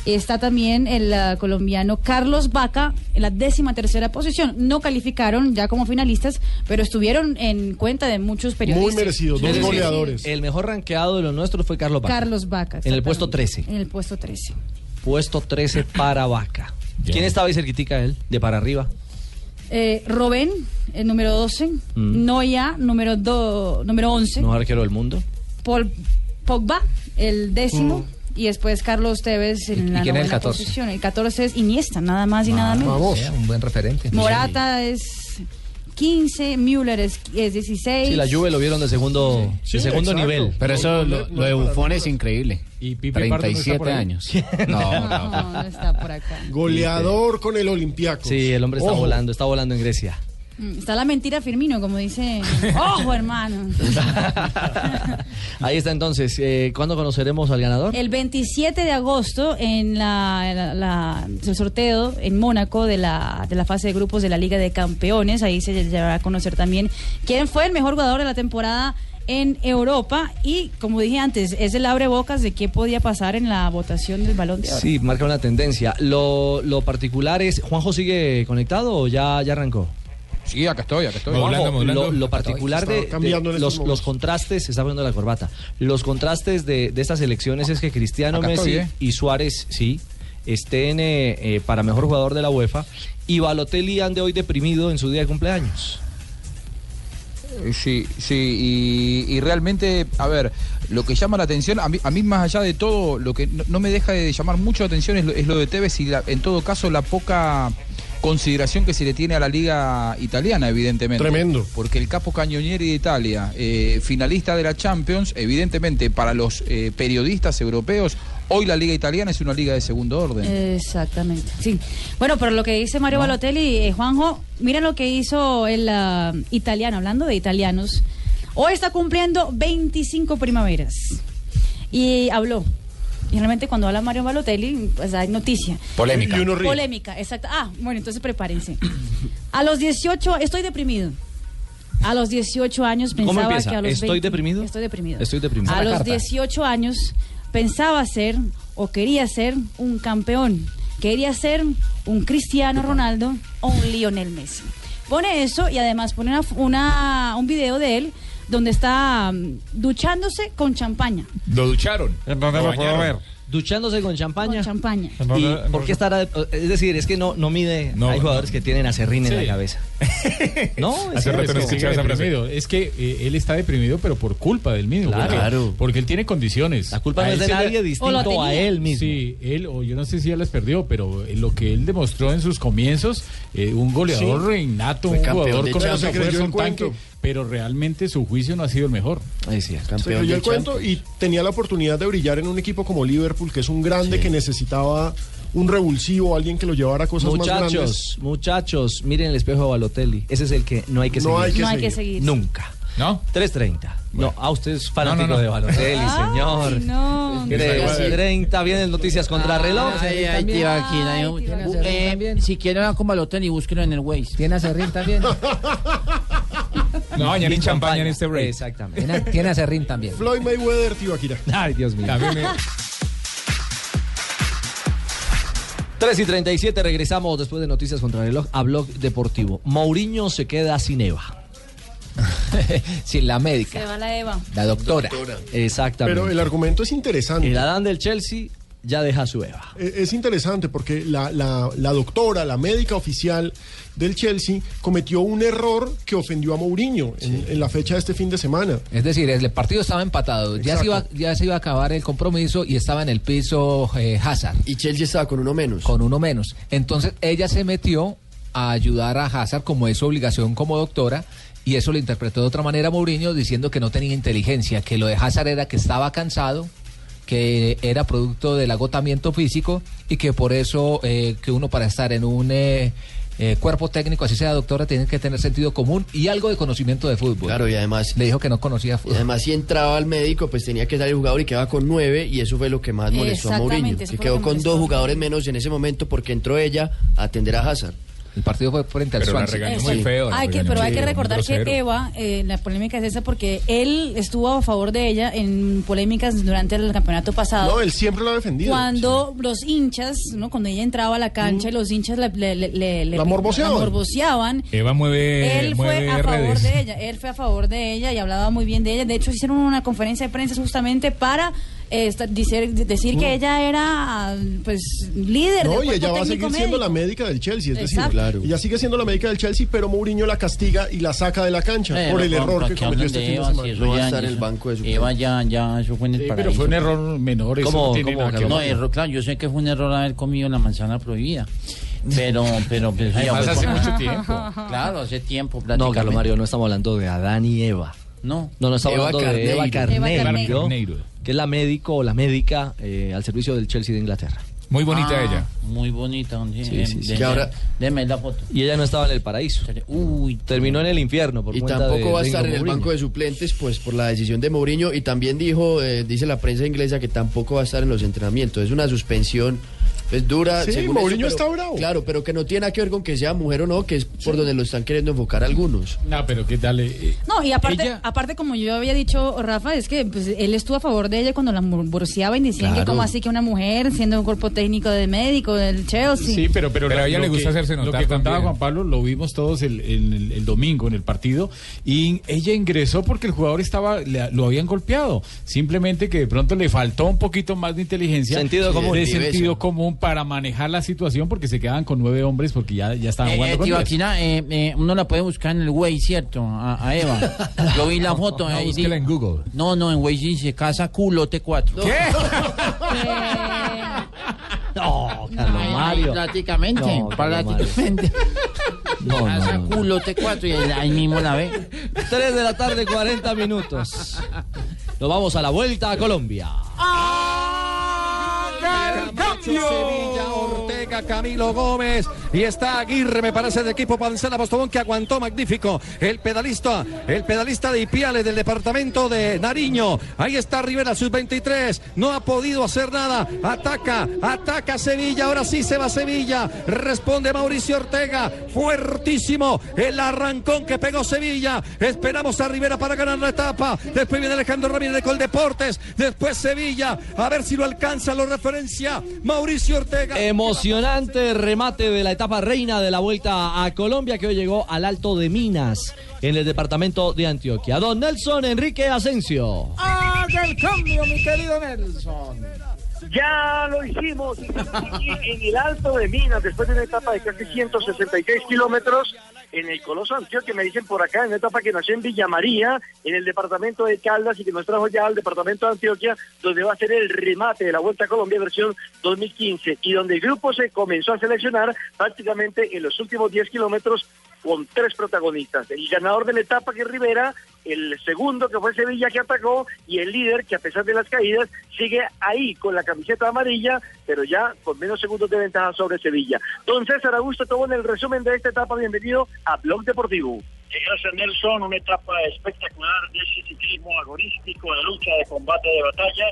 Speaker 17: Está también el eh, colombiano Carlos Vaca en la décima tercera posición. No calificaron ya como finalistas, pero estuvieron en cuenta de muchos periodistas.
Speaker 2: Es decir, El mejor ranqueado de los nuestros fue Carlos Vaca.
Speaker 17: Carlos Vaca.
Speaker 2: En el puesto 13.
Speaker 17: En el puesto 13.
Speaker 2: Puesto 13 para Vaca. ¿Quién estaba ahí cerquitica de él? De para arriba.
Speaker 17: Eh, Robén, el número 12.
Speaker 2: Mm.
Speaker 17: Noya, número, do- número 11.
Speaker 2: No arquero del mundo.
Speaker 17: Paul Pogba, el décimo. Y después Carlos Tevez en la
Speaker 14: Mm. quién es el
Speaker 17: novena
Speaker 14: 14?
Speaker 17: posición. El 14 es Iniesta, nada más y nada menos.
Speaker 14: Eh, un buen referente.
Speaker 17: Morata es 15, Müller es, es 16.
Speaker 2: Sí, la Juve lo vieron de segundo, de segundo nivel.
Speaker 16: Pero eso, lo, lo de Buffon es increíble.
Speaker 11: Y
Speaker 16: 37 años. No, no.
Speaker 17: No, no está por acá.
Speaker 9: Goleador con el Olympiacos.
Speaker 2: Sí, el hombre está
Speaker 9: Ojo.
Speaker 2: volando, está volando en Grecia.
Speaker 17: Mm, Está la mentira Firmino, como dice. ¡Ojo, hermano!
Speaker 2: Ahí está entonces. eh, ¿Cuándo conoceremos al ganador?
Speaker 17: El 27 de agosto, en la, la- la- el sorteo en Mónaco de la, de la fase de grupos de la Liga de Campeones, ahí se llevará a conocer también quién fue el mejor jugador de la temporada en Europa y, como dije antes, es el abrebocas de qué podía pasar en la votación del Balón de Oro.
Speaker 2: Sí, marca una tendencia. Lo, lo particular es, ¿Juanjo sigue conectado o ya, ya arrancó?
Speaker 19: Sí, acá estoy, acá estoy.
Speaker 2: Juanjo,
Speaker 19: Modulando, modulando.
Speaker 2: Lo, lo particular
Speaker 19: Está
Speaker 2: de,
Speaker 19: cambiando en este
Speaker 2: de
Speaker 19: estos
Speaker 2: los, los
Speaker 19: momentos.
Speaker 2: contrastes, se está poniendo la corbata, los contrastes de, de estas elecciones es que Cristiano
Speaker 19: Acá
Speaker 2: Messi
Speaker 19: estoy, ¿eh?
Speaker 2: y Suárez, sí, estén eh, eh, para mejor jugador de la UEFA y Balotelli ande hoy deprimido en su día de cumpleaños.
Speaker 19: Eh, Sí, sí, y, y realmente, a ver, lo que llama la atención, a mí, a mí más allá de todo, lo que no, no me deja de llamar mucho la atención es lo, es lo de Tevez y la- en todo caso la poca consideración que se le tiene a la liga italiana, evidentemente.
Speaker 9: Tremendo.
Speaker 19: Porque el capo cañonieri de Italia, eh, finalista de la Champions, evidentemente para los eh, periodistas europeos, hoy la liga italiana es una liga de segundo orden.
Speaker 26: Eh,
Speaker 17: Exactamente, sí. Bueno, pero lo que dice Mario Balotelli, eh, Juanjo, miren lo que hizo el ah, italiano, hablando de italianos. Hoy está cumpliendo 25 primaveras. Y habló. Y realmente cuando habla Mario Balotelli, pues hay noticia.
Speaker 7: Polémica. Y uno ríe.
Speaker 17: Polémica, exacto. Ah, bueno, entonces prepárense. A los 18, estoy deprimido. A los 18 años
Speaker 2: ¿Cómo
Speaker 17: pensaba
Speaker 2: empieza?
Speaker 17: que a los
Speaker 2: ¿Estoy
Speaker 17: 20
Speaker 2: deprimido?
Speaker 17: Estoy deprimido.
Speaker 2: Estoy deprimido.
Speaker 17: A
Speaker 2: Esa
Speaker 17: los
Speaker 2: carta.
Speaker 17: 18 años pensaba ser o quería ser un campeón. Quería ser un Cristiano Ronaldo o un Lionel Messi. Pone eso y además pone una, una- un video de él donde está mm, duchándose con champaña.
Speaker 7: Lo ducharon.
Speaker 2: dónde
Speaker 7: Lo
Speaker 2: lo puedo
Speaker 7: bañaron.
Speaker 2: Duchándose con champaña.
Speaker 17: Con champaña.
Speaker 2: ¿Y por qué estará.? Es decir, es que no, no mide. Hay jugadores que tienen acerrín en la cabeza. No,
Speaker 11: Hace rato no escuchaba esa frase. Es que eh, él está deprimido, pero por culpa del mismo.
Speaker 2: Claro.
Speaker 11: porque-
Speaker 2: Claro.
Speaker 11: Porque él tiene condiciones. La
Speaker 2: culpa no es de nadie distinto O lo a tenía. él mismo.
Speaker 11: Sí, él, o yo no sé si ya las perdió, pero eh, lo que él demostró en sus comienzos, eh, un goleador
Speaker 9: Sí.
Speaker 11: reinato,
Speaker 9: Fue
Speaker 11: un
Speaker 9: campeón
Speaker 11: jugador
Speaker 9: de
Speaker 11: con
Speaker 9: Champions.
Speaker 11: mucha
Speaker 9: Se creyó
Speaker 11: fuerza,
Speaker 9: el
Speaker 11: un tanque,
Speaker 9: cuento.
Speaker 11: pero realmente su juicio no ha sido el mejor.
Speaker 9: Se creyó el cuento y tenía la oportunidad de brillar en un equipo como Liverpool, que es un grande que necesitaba un revulsivo, alguien que lo llevara a cosas más grandes.
Speaker 2: Muchachos, muchachos, miren el espejo de Balotelli. Ese es el que no hay que
Speaker 9: No
Speaker 2: seguir.
Speaker 9: hay que No hay seguir. que seguir.
Speaker 2: Nunca.
Speaker 11: ¿No?
Speaker 2: 3.30. No, a usted es fanático
Speaker 19: No, no, no.
Speaker 2: de Balotelli,
Speaker 20: Ay,
Speaker 2: señor.
Speaker 20: no.
Speaker 2: 3.30, vienen noticias contra reloj.
Speaker 20: Ay, ay, Tibaquira, ay, bu- eh, si quieren hablan con Balotelli, búsquenlo en el Waze.
Speaker 2: Tiene acerrín también. Ah,
Speaker 19: No, bañarín champaña en este break. Exactamente.
Speaker 8: Tiene acerrín también.
Speaker 9: Floyd Mayweather, tío Akira.
Speaker 2: Ay, Dios mío.
Speaker 19: También me-
Speaker 2: 3 y 37, regresamos después de Noticias contra reloj a Blog Deportivo. Mourinho se queda sin Eva.
Speaker 8: sin la
Speaker 17: Se
Speaker 8: médica,
Speaker 17: va la Eva.
Speaker 8: la doctora.
Speaker 2: Exactamente.
Speaker 9: Pero el argumento es interesante.
Speaker 2: El Adán del Chelsea ya deja a su Eva.
Speaker 9: Eh, Es interesante porque la, la- la doctora, la médica oficial del Chelsea, cometió un error que ofendió a Mourinho en, en la fecha de este fin de semana.
Speaker 8: Es decir, el partido estaba empatado, ya se, iba, ya se iba a acabar el compromiso y estaba en el piso eh, Hazard.
Speaker 22: Y Chelsea estaba con uno menos.
Speaker 8: Con uno menos. Entonces ella se metió a ayudar a Hazard como es su obligación como doctora y eso lo interpretó de otra manera Mourinho diciendo que no tenía inteligencia, que lo de Hazard era que estaba cansado, que era producto del agotamiento físico y que por eso eh, que uno para estar en un... eh, eh, cuerpo técnico, así sea doctora, tiene que tener sentido común y algo de conocimiento de fútbol.
Speaker 22: Claro, y además.
Speaker 8: Le dijo que no conocía
Speaker 22: Y
Speaker 8: fútbol.
Speaker 22: además, si entraba al médico, pues tenía que salir el jugador y quedaba con nueve, y eso fue lo que más molestó a
Speaker 17: Exactamente,
Speaker 22: Mourinho.
Speaker 17: eso
Speaker 22: Que
Speaker 17: fue lo
Speaker 22: quedó
Speaker 17: que
Speaker 22: con
Speaker 17: molestó.
Speaker 22: dos jugadores menos en ese momento porque entró ella a atender a Hazard.
Speaker 8: El partido fue frente
Speaker 7: al Pero la Swansea. regañó muy feo, la
Speaker 17: Hay que,
Speaker 7: regañó.
Speaker 17: pero hay
Speaker 7: Sí,
Speaker 17: que
Speaker 7: muy
Speaker 17: recordar que
Speaker 7: grosero.
Speaker 17: Eva, eh, la polémica es esa porque él estuvo a favor de ella en polémicas durante el campeonato pasado.
Speaker 9: No, él siempre lo ha defendido.
Speaker 17: Cuando los hinchas, ¿no? cuando ella entraba a la cancha y los hinchas le, le- le- le- le-
Speaker 9: Mm. La morboseaban.
Speaker 17: la morboseaban,
Speaker 7: Eva mueve,
Speaker 17: él fue
Speaker 7: mueve
Speaker 17: a favor
Speaker 7: redes.
Speaker 17: de ella, él fue a favor de ella y hablaba muy bien de ella. De hecho, hicieron una conferencia de prensa justamente para eh, esta- dicer- decir, que ella era pues líder
Speaker 9: Mm. No, y
Speaker 17: del
Speaker 9: ella
Speaker 17: cuerpo
Speaker 9: va a seguir
Speaker 17: técnico
Speaker 9: siendo
Speaker 17: médico.
Speaker 9: la médica del Chelsea, es decir,
Speaker 17: Exacto. Claro.
Speaker 9: ella sigue siendo la médica del Chelsea, pero Mourinho la castiga y la saca de la cancha
Speaker 20: Eh,
Speaker 9: por el
Speaker 20: no,
Speaker 9: error
Speaker 20: ¿para
Speaker 9: que
Speaker 20: qué
Speaker 9: cometió
Speaker 20: hablan
Speaker 9: este
Speaker 20: de
Speaker 9: fin de
Speaker 20: Eva si
Speaker 9: semana.
Speaker 20: eso ya- eso- Eva ya, ya, eso fue en el
Speaker 11: Sí, pero
Speaker 20: paraíso.
Speaker 11: fue un error menor. eso no
Speaker 20: ¿Cómo,
Speaker 11: tiene
Speaker 20: cómo?
Speaker 11: nada que
Speaker 20: No,
Speaker 11: ver.
Speaker 20: error, claro, yo sé que fue un error haber comido la manzana prohibida. Pero, pero, pero eso ya
Speaker 2: Además,
Speaker 20: fue
Speaker 2: hace
Speaker 20: con-
Speaker 2: mucho tiempo.
Speaker 20: Claro, hace tiempo
Speaker 2: No,
Speaker 20: prácticamente.
Speaker 2: Carlos Mario, no estamos hablando de Adán y Eva.
Speaker 20: No.
Speaker 2: No, no estamos
Speaker 20: Eva
Speaker 2: hablando de Eva
Speaker 20: Carneiro.
Speaker 2: Carneiro,
Speaker 20: Eva Carneiro.
Speaker 2: que es la médico o la médica eh, al servicio del Chelsea de Inglaterra.
Speaker 20: Muy bonita ella. Ah, Muy bonita. Sí,
Speaker 2: Sí, sí, sí.
Speaker 20: Deme,
Speaker 2: Que ahora-
Speaker 20: deme la foto.
Speaker 2: Y ella no estaba en el paraíso.
Speaker 20: Uy,
Speaker 2: terminó en el infierno por
Speaker 22: Y
Speaker 2: cuenta
Speaker 22: tampoco
Speaker 2: de
Speaker 22: va a estar en
Speaker 2: Ringo
Speaker 22: el
Speaker 2: Mourinho.
Speaker 22: banco de suplentes, pues por la decisión de Mourinho. Y también dijo, eh, dice la prensa inglesa, que tampoco va a estar en los entrenamientos. Es una suspensión pues, dura.
Speaker 9: Sí,
Speaker 22: según
Speaker 9: Mourinho
Speaker 22: pero-
Speaker 9: está bravo.
Speaker 22: Claro, pero que no tiene nada que ver con que sea mujer o no, que es por donde lo están queriendo enfocar algunos.
Speaker 11: No, pero qué tal. eh,
Speaker 17: No, y aparte, aparte como yo había dicho, Rafa, es que pues, él estuvo a favor de ella cuando la morboseaban y decían que
Speaker 11: Claro.
Speaker 17: como así que una mujer, siendo un cuerpo técnico de médico del Chelsea.
Speaker 11: Sí, pero, pero,
Speaker 7: Pero a ella
Speaker 11: lo
Speaker 7: le gusta
Speaker 11: que-
Speaker 7: hacerse
Speaker 11: Lo
Speaker 7: notar
Speaker 11: que contaba
Speaker 7: también.
Speaker 11: Juan Pablo lo vimos todos el, el- el- el domingo en el partido y ella ingresó porque el jugador estaba le- lo habían golpeado. Simplemente que de pronto le faltó un poquito más de inteligencia,
Speaker 2: Sentido común.
Speaker 11: de
Speaker 2: Viveza.
Speaker 11: sentido común para manejar la situación porque se quedaban con nueve hombres porque ya, ya estaban
Speaker 20: Eh,
Speaker 11: jugando
Speaker 20: eh,
Speaker 11: con diez.
Speaker 20: Tibaquirá, eh, eh, uno la puede buscar en el Waze, ¿cierto? A, a Eva. Yo vi la foto. eh, sí.
Speaker 7: en Google.
Speaker 20: No, no, en Waze dice casa culote 4. ¿Qué? no, Carlos Mario. Prácticamente, No, Carlos Mario. prácticamente.
Speaker 2: No, no,
Speaker 20: casa
Speaker 2: no, no.
Speaker 20: culote 4 y ahí, ahí mismo la ve.
Speaker 2: 3 de la tarde, 40 minutos. Nos vamos a la vuelta a Colombia.
Speaker 23: Camacho, Sevilla, Ortega, Camilo Gómez. Y está Aguirre, me parece, de equipo Pancela Postobón, que aguantó magnífico. El pedalista, el pedalista de Ipiales del departamento de Nariño. Ahí está Rivera, sus 23. No ha podido hacer nada. Ataca, ataca Sevilla. Ahora sí se va Sevilla. Responde Mauricio Ortega. Fuertísimo el arrancón que pegó Sevilla. Esperamos a Rivera para ganar la etapa. Después viene Alejandro Ramírez de Coldeportes. Después Sevilla. A ver si lo alcanza, lo referencia Mauricio Ortega.
Speaker 2: Emocionante remate de la etapa reina de la vuelta a Colombia que hoy llegó al Alto de Minas en el departamento de Antioquia. Don Nelson Enrique Asensio.
Speaker 1: Haga el cambio, mi querido Nelson.
Speaker 18: Ya lo hicimos hicimos aquí en el Alto de Minas, después de una etapa de casi 166 kilómetros en el Coloso Antioquia, me dicen por acá, en una etapa que nació en Villa María, en el departamento de Caldas y que nos trajo ya al departamento de Antioquia, donde va a ser el remate de la Vuelta a Colombia versión 2015 y donde el grupo se comenzó a seleccionar prácticamente en los últimos 10 kilómetros con tres protagonistas. El ganador de la etapa que es Rivera, el segundo que fue Sevilla que atacó y el líder que a pesar de las caídas sigue ahí con la camiseta amarilla, pero ya con menos segundos de ventaja sobre Sevilla. Don César Augusto todo en el resumen de esta etapa. Bienvenido a Blog Deportivo.
Speaker 13: Eh, Gracias Nelson, una etapa espectacular de ese ciclismo agonístico, de lucha, de combate, de batalla.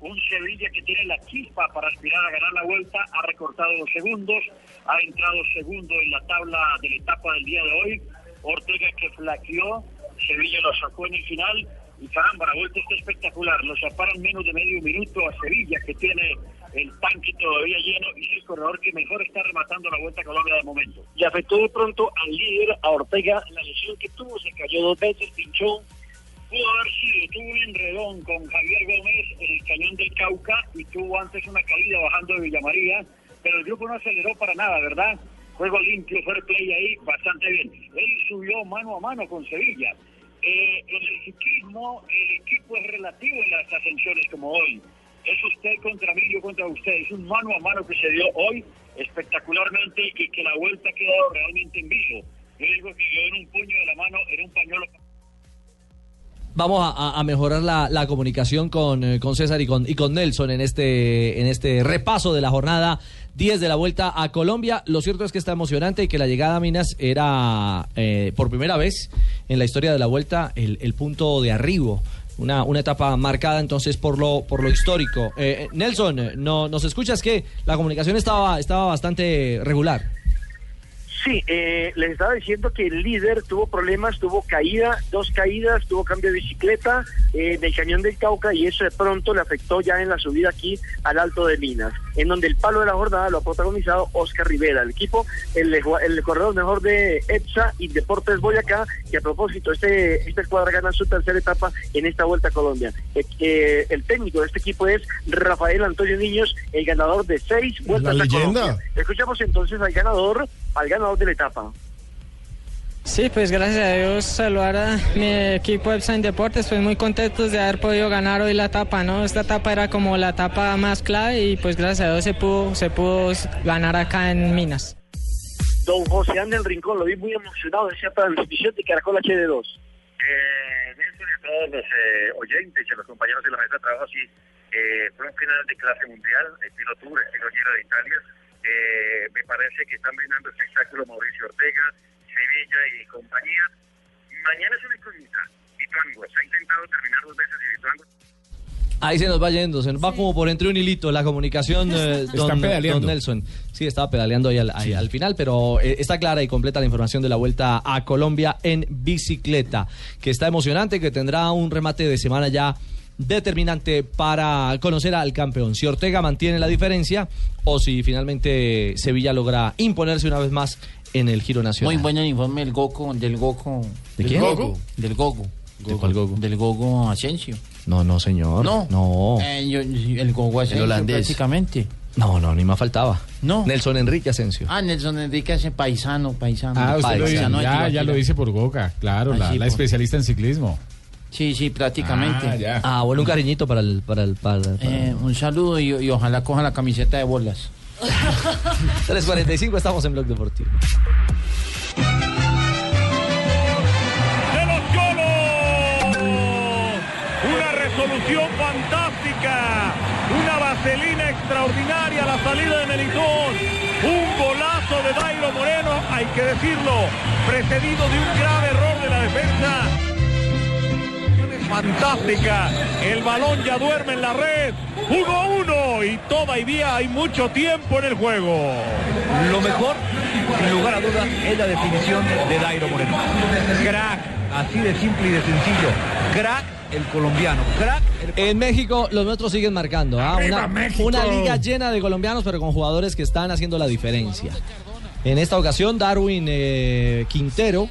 Speaker 13: Un Sevilla que tiene la chispa para aspirar a ganar la vuelta, ha recortado dos segundos, ha entrado segundo en la tabla de la etapa del día de hoy. Ortega que flaqueó, Sevilla lo sacó en el final y caramba, la vuelta está espectacular. Lo separan menos de medio minuto a Sevilla que tiene el tanque todavía lleno y es el corredor que mejor está rematando la vuelta a Colombia de momento.
Speaker 18: Y afectó de pronto al líder, a Ortega, la lesión que tuvo, se cayó dos veces, pinchó.
Speaker 13: pudo haber sido, tuvo un enredón con Javier Gómez en el cañón del Cauca y tuvo antes una caída bajando de Villamaría, pero el grupo no aceleró para nada, ¿verdad? Juego limpio, fair play ahí, bastante bien. Él subió mano a mano con Sevilla. Eh, en el ciclismo, el equipo es relativo en las ascensiones como hoy. Es usted contra mí, yo contra usted. Es un mano a mano que se dio hoy espectacularmente y que la vuelta ha quedado realmente en vivo. Yo digo que yo en un puño de la mano, era un pañuelo
Speaker 2: Vamos a- a, a mejorar la, la comunicación con, eh, con César y con, y con Nelson en este, en este repaso de la jornada 10 de la vuelta a Colombia. Lo cierto es que está emocionante y que la llegada a Minas era eh, por primera vez en la historia de la vuelta el, el punto de arribo. Una, una etapa marcada entonces por lo, por lo histórico. Eh, eh, Nelson, eh, no, ¿nos escuchas que la comunicación estaba, estaba bastante regular?
Speaker 18: Sí, eh, les estaba diciendo que el líder tuvo problemas, tuvo caída, dos caídas, tuvo cambio de bicicleta eh, en el cañón del Cauca y eso de pronto le afectó ya en la subida aquí al Alto de Minas, en donde el palo de la jornada lo ha protagonizado Oscar Rivera, el equipo, el, ju- el corredor mejor de EPSA y Deportes Boyacá, que a propósito, este, esta escuadra gana su tercera etapa en esta Vuelta a Colombia. Eh, eh, el técnico de este equipo es Rafael Antonio Niños, el ganador de seis Vueltas a
Speaker 9: leyenda.
Speaker 18: Colombia. Escuchamos entonces al ganador, al ganador de la etapa.
Speaker 15: Sí, pues gracias a Dios saludar a mi equipo Epsan Deportes, pues muy contentos de haber podido ganar hoy la etapa, ¿no? Esta etapa era como la etapa más clave y pues gracias a Dios se pudo, se pudo ganar acá en Minas.
Speaker 18: Don José Ángel Rincón, lo vi muy emocionado en esa transmisión de Caracol HD2.
Speaker 13: Eh, Nelson y a todos los eh, oyentes y a los compañeros de la mesa de trabajo, sí, eh, fue un final de clase mundial, estilo Tour, estilo Giro de Italia. Eh, me parece que están brindando espectáculo Mauricio Ortega, Sevilla y compañía. Mañana es una incógnita. Vituango, se ha intentado terminar dos veces y Vituango
Speaker 2: Ahí se nos va yendo, se nos va como por entre un hilito la comunicación, eh,
Speaker 7: Está
Speaker 2: don,
Speaker 7: pedaleando.
Speaker 2: don Nelson. Sí, estaba pedaleando ahí al, ahí al final, pero eh, está clara y completa la información de la vuelta a Colombia en bicicleta, que está emocionante, que tendrá un remate de semana ya determinante para conocer al campeón. Si Ortega mantiene la diferencia o si finalmente Sevilla logra imponerse una vez más en el giro nacional.
Speaker 20: Muy bueno el informe del Goco, del Goco.
Speaker 2: ¿De
Speaker 20: del
Speaker 2: quién?
Speaker 20: Gogo. Del Gogo. Del Gogo Asensio.
Speaker 2: No, no, señor.
Speaker 20: No.
Speaker 2: No.
Speaker 20: Eh, yo- yo- el Gogo Asensio
Speaker 2: holandés.
Speaker 20: prácticamente.
Speaker 2: No, no, ni más faltaba. No. Nelson Enrique Asensio.
Speaker 20: Ah, Nelson Enrique hace paisano, paisano.
Speaker 11: Ah, usted lo dice,
Speaker 20: Paisano de
Speaker 11: ya, ya
Speaker 20: Tibaquirá.
Speaker 11: lo dice por Goca, claro,
Speaker 20: Ah,
Speaker 11: la,
Speaker 20: sí,
Speaker 11: la
Speaker 20: por-
Speaker 11: especialista en ciclismo.
Speaker 20: Sí, sí, prácticamente.
Speaker 11: Ah, ya.
Speaker 2: Ah, bueno, un cariñito para el... Para el para,
Speaker 20: Eh, un saludo y, y ojalá coja la camiseta de bolas.
Speaker 2: 3.45, estamos en Blog Deportivo.
Speaker 1: de los Cholos. Una resolución fantástica, una vaselina extraordinaria la salida de Melitón, un golazo de Dairo Moreno, hay que decirlo, precedido de un grave error de la defensa. Fantástica, el balón ya duerme en la red, jugó uno y todavía hay mucho tiempo en el juego. Lo mejor, sin lugar a dudas, es la definición de Dairo Moreno.
Speaker 24: Crack, así de simple y de sencillo. Crack el colombiano. Crack
Speaker 2: En México los nuestros siguen marcando. ¿ah?
Speaker 24: ¡Arriba,
Speaker 2: Una,
Speaker 24: México!
Speaker 2: una liga llena de colombianos, pero con jugadores que están haciendo la diferencia. En esta ocasión, Darwin eh, Quintero.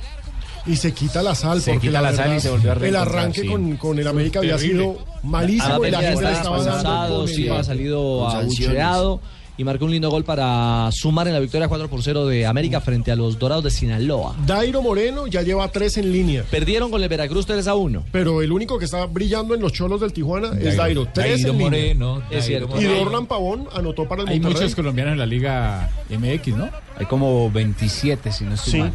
Speaker 9: Y se quita la sal.
Speaker 2: Se
Speaker 9: porque
Speaker 2: quita la sal y
Speaker 9: verdad,
Speaker 2: se volvió a
Speaker 9: El
Speaker 2: reencontrar,
Speaker 9: arranque
Speaker 2: sí.
Speaker 9: con, con el América había
Speaker 2: Terrible.
Speaker 9: sido malísimo y la gente le estaba dando.
Speaker 2: cansado,
Speaker 9: con
Speaker 2: sí,
Speaker 9: el-
Speaker 2: ha salido
Speaker 9: con sanciones.
Speaker 2: abucheado y marcó un lindo gol para sumar en la victoria 4 por 0 de América frente a los Dorados de Sinaloa.
Speaker 9: Dairo Moreno ya lleva tres en línea.
Speaker 2: Perdieron con el Veracruz 3 a 1.
Speaker 9: Pero el único que está brillando en los cholos del Tijuana es
Speaker 11: Dairo.
Speaker 9: Dairo. Tres en
Speaker 11: Dairo
Speaker 9: línea.
Speaker 11: Moreno, Dairo
Speaker 9: Es cierto.
Speaker 11: Moreno.
Speaker 9: Y Dorlan Pavón anotó para el
Speaker 11: Hay
Speaker 9: Monterrey.
Speaker 11: muchos colombianos en la Liga MX, ¿no?
Speaker 8: Hay como 27, si no estoy
Speaker 11: Sí.
Speaker 8: mal.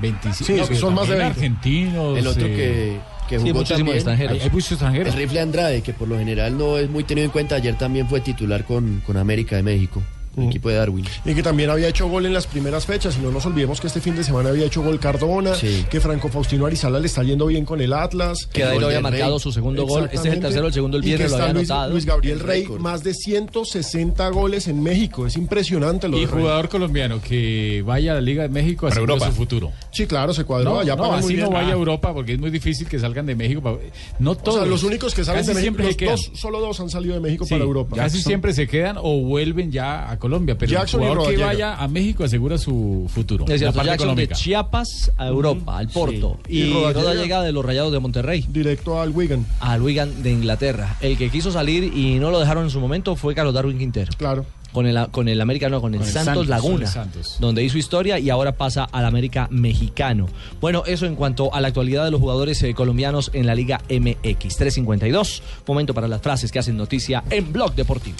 Speaker 11: 27.
Speaker 8: Sí,
Speaker 11: No, pero
Speaker 8: son más de
Speaker 11: también
Speaker 8: 20.
Speaker 11: Argentinos.
Speaker 8: El otro
Speaker 11: eh,
Speaker 22: que, que jugó también.
Speaker 11: Hay, hay muchos extranjeros.
Speaker 22: El rifle Andrade, que por lo general no es muy tenido en cuenta, ayer también fue titular con, con América de México, el equipo de Darwin.
Speaker 9: Y que también había hecho gol en las primeras fechas. Y no nos olvidemos que este fin de semana había hecho gol Cardona,
Speaker 22: Sí.
Speaker 9: que Franco Faustino Arizala le está yendo bien con el Atlas.
Speaker 2: Que Dairo
Speaker 9: El gol de
Speaker 2: había
Speaker 9: Rey.
Speaker 2: marcado su segundo gol. Este es el
Speaker 9: Exactamente.
Speaker 2: tercero, el segundo el
Speaker 9: Y que
Speaker 2: viernes lo
Speaker 9: está
Speaker 2: había
Speaker 9: Luis,
Speaker 2: anotado.
Speaker 9: Luis Gabriel
Speaker 2: El
Speaker 9: Rey,
Speaker 2: récord.
Speaker 9: más de 160 goles en México. Es impresionante lo
Speaker 11: Y
Speaker 9: de Rey.
Speaker 11: jugador colombiano que vaya a la Liga de México a
Speaker 9: Para
Speaker 11: Europa.
Speaker 9: Europa.
Speaker 11: su futuro.
Speaker 9: Sí, claro, se cuadró
Speaker 11: no,
Speaker 9: allá
Speaker 11: no,
Speaker 9: para muy
Speaker 11: así
Speaker 9: bien.
Speaker 11: no vaya a
Speaker 9: Ah.
Speaker 11: Europa porque es muy difícil que salgan de México. pa- No
Speaker 9: O
Speaker 11: todos.
Speaker 9: sea, los únicos que salen
Speaker 11: Casi
Speaker 9: de México,
Speaker 11: siempre
Speaker 9: los
Speaker 11: se quedan.
Speaker 9: dos, solo dos han salido de México
Speaker 11: Sí,
Speaker 9: para Europa.
Speaker 11: Casi siempre se quedan o vuelven ya a Colombia. Pero
Speaker 9: Jackson y
Speaker 11: el jugador que
Speaker 9: Rodallega.
Speaker 11: vaya a México asegura su futuro.
Speaker 2: Es
Speaker 11: la
Speaker 2: cierto,
Speaker 11: parte
Speaker 2: Jackson de
Speaker 11: económica.
Speaker 2: Chiapas a Europa, al Porto.
Speaker 11: Sí.
Speaker 2: Y,
Speaker 11: Y Rodallega.
Speaker 2: Rodallega de los Rayados de Monterrey.
Speaker 9: Directo al Wigan.
Speaker 2: Al Wigan de Inglaterra. El que quiso salir y no lo dejaron en su momento fue Carlos Darwin Quintero.
Speaker 9: Claro.
Speaker 2: Con el, con el América, no, con el
Speaker 11: Con el
Speaker 2: Santos,
Speaker 11: Santos,
Speaker 2: Laguna,
Speaker 11: con el Santos.
Speaker 2: donde hizo historia y ahora pasa al América mexicano. Bueno, eso en cuanto a la actualidad de los jugadores eh, colombianos en la Liga MX. 352, momento para las frases que hacen noticia en Blog Deportivo.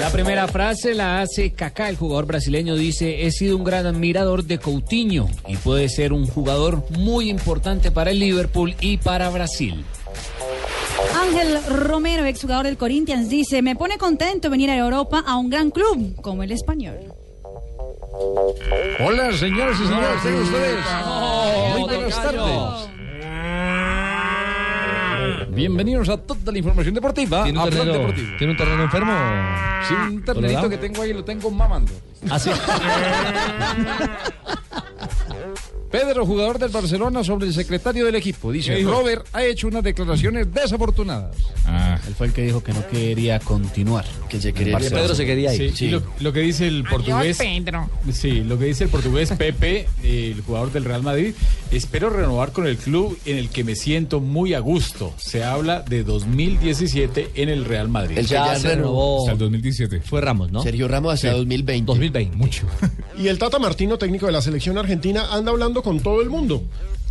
Speaker 16: La primera frase la hace Kaká, el jugador brasileño dice, he sido un gran admirador de Coutinho y puede ser un jugador muy importante para el Liverpool y para Brasil.
Speaker 17: Ángel Romero, exjugador del Corinthians, dice, me pone contento venir a Europa a un gran club como el español.
Speaker 26: Hola, señoras y señores, tengan ustedes.
Speaker 2: Oh,
Speaker 26: Muy buenas tardes. Bienvenidos a toda la información deportiva.
Speaker 2: ¿Tiene un
Speaker 26: a Blog
Speaker 2: terreno-
Speaker 26: Deportivo.
Speaker 2: ¿Tiene un terreno enfermo?
Speaker 26: Sí, un ternerito
Speaker 2: ¿Colorado?
Speaker 26: que tengo ahí lo tengo mamando.
Speaker 2: Así.
Speaker 26: Pedro, jugador del Barcelona, sobre el secretario del equipo.
Speaker 14: ¿Qué
Speaker 26: Dice,
Speaker 14: dijo?
Speaker 26: Robert ha hecho unas declaraciones desafortunadas.
Speaker 14: Él fue el que dijo que no quería continuar. Que se
Speaker 11: quería ir. Pedro se quería ir. Sí, y lo- lo que dice el portugués-
Speaker 14: Pedro.
Speaker 11: Sí, lo que dice el portugués Pepe, eh, el jugador del Real Madrid, espero renovar con el club en el que me siento muy a gusto. Se habla de 2017 en el Real Madrid.
Speaker 22: El que Ya ya se renovó. renovó.
Speaker 11: Hasta el 2017.
Speaker 2: Fue Ramos, ¿no?
Speaker 22: Sergio Ramos hacia
Speaker 11: Sí.
Speaker 22: 2020.
Speaker 2: 2020.
Speaker 11: Mucho.
Speaker 9: Y el Tata Martino, técnico de la selección argentina, anda hablando con todo el mundo.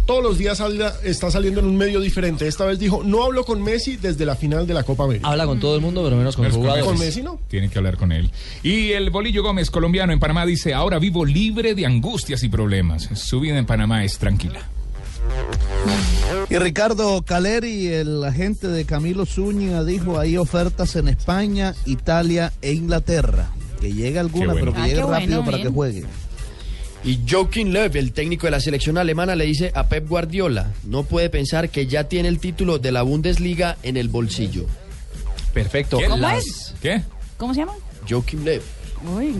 Speaker 9: Todos los días habla- está saliendo en un medio diferente. Esta vez dijo, no hablo con Messi desde la final de la Copa América.
Speaker 2: Habla con todo el mundo, pero menos
Speaker 9: con
Speaker 11: Menos
Speaker 9: jugadores.
Speaker 11: Messi.
Speaker 9: Con Messi, ¿no?
Speaker 24: Tienen que hablar con él. Y el Bolillo Gómez, colombiano en Panamá, dice, ahora vivo libre de angustias y problemas. Su vida en Panamá es tranquila.
Speaker 6: Y Ricardo Caleri, el agente de Camilo Zúñiga, dijo, hay ofertas en España, Italia e Inglaterra. Que llegue alguna,
Speaker 22: Qué bueno.
Speaker 6: pero que
Speaker 22: Ah,
Speaker 6: llegue
Speaker 22: qué bueno,
Speaker 6: rápido para
Speaker 22: bien.
Speaker 6: que juegue.
Speaker 22: Y Joachim Löw, el técnico de la selección alemana, le dice a Pep Guardiola, no puede pensar que ya tiene el título de la Bundesliga en el bolsillo.
Speaker 26: Perfecto.
Speaker 17: ¿Cómo es?
Speaker 24: ¿Qué?
Speaker 17: ¿Cómo se llama?
Speaker 22: Joachim Löw.
Speaker 17: Uy.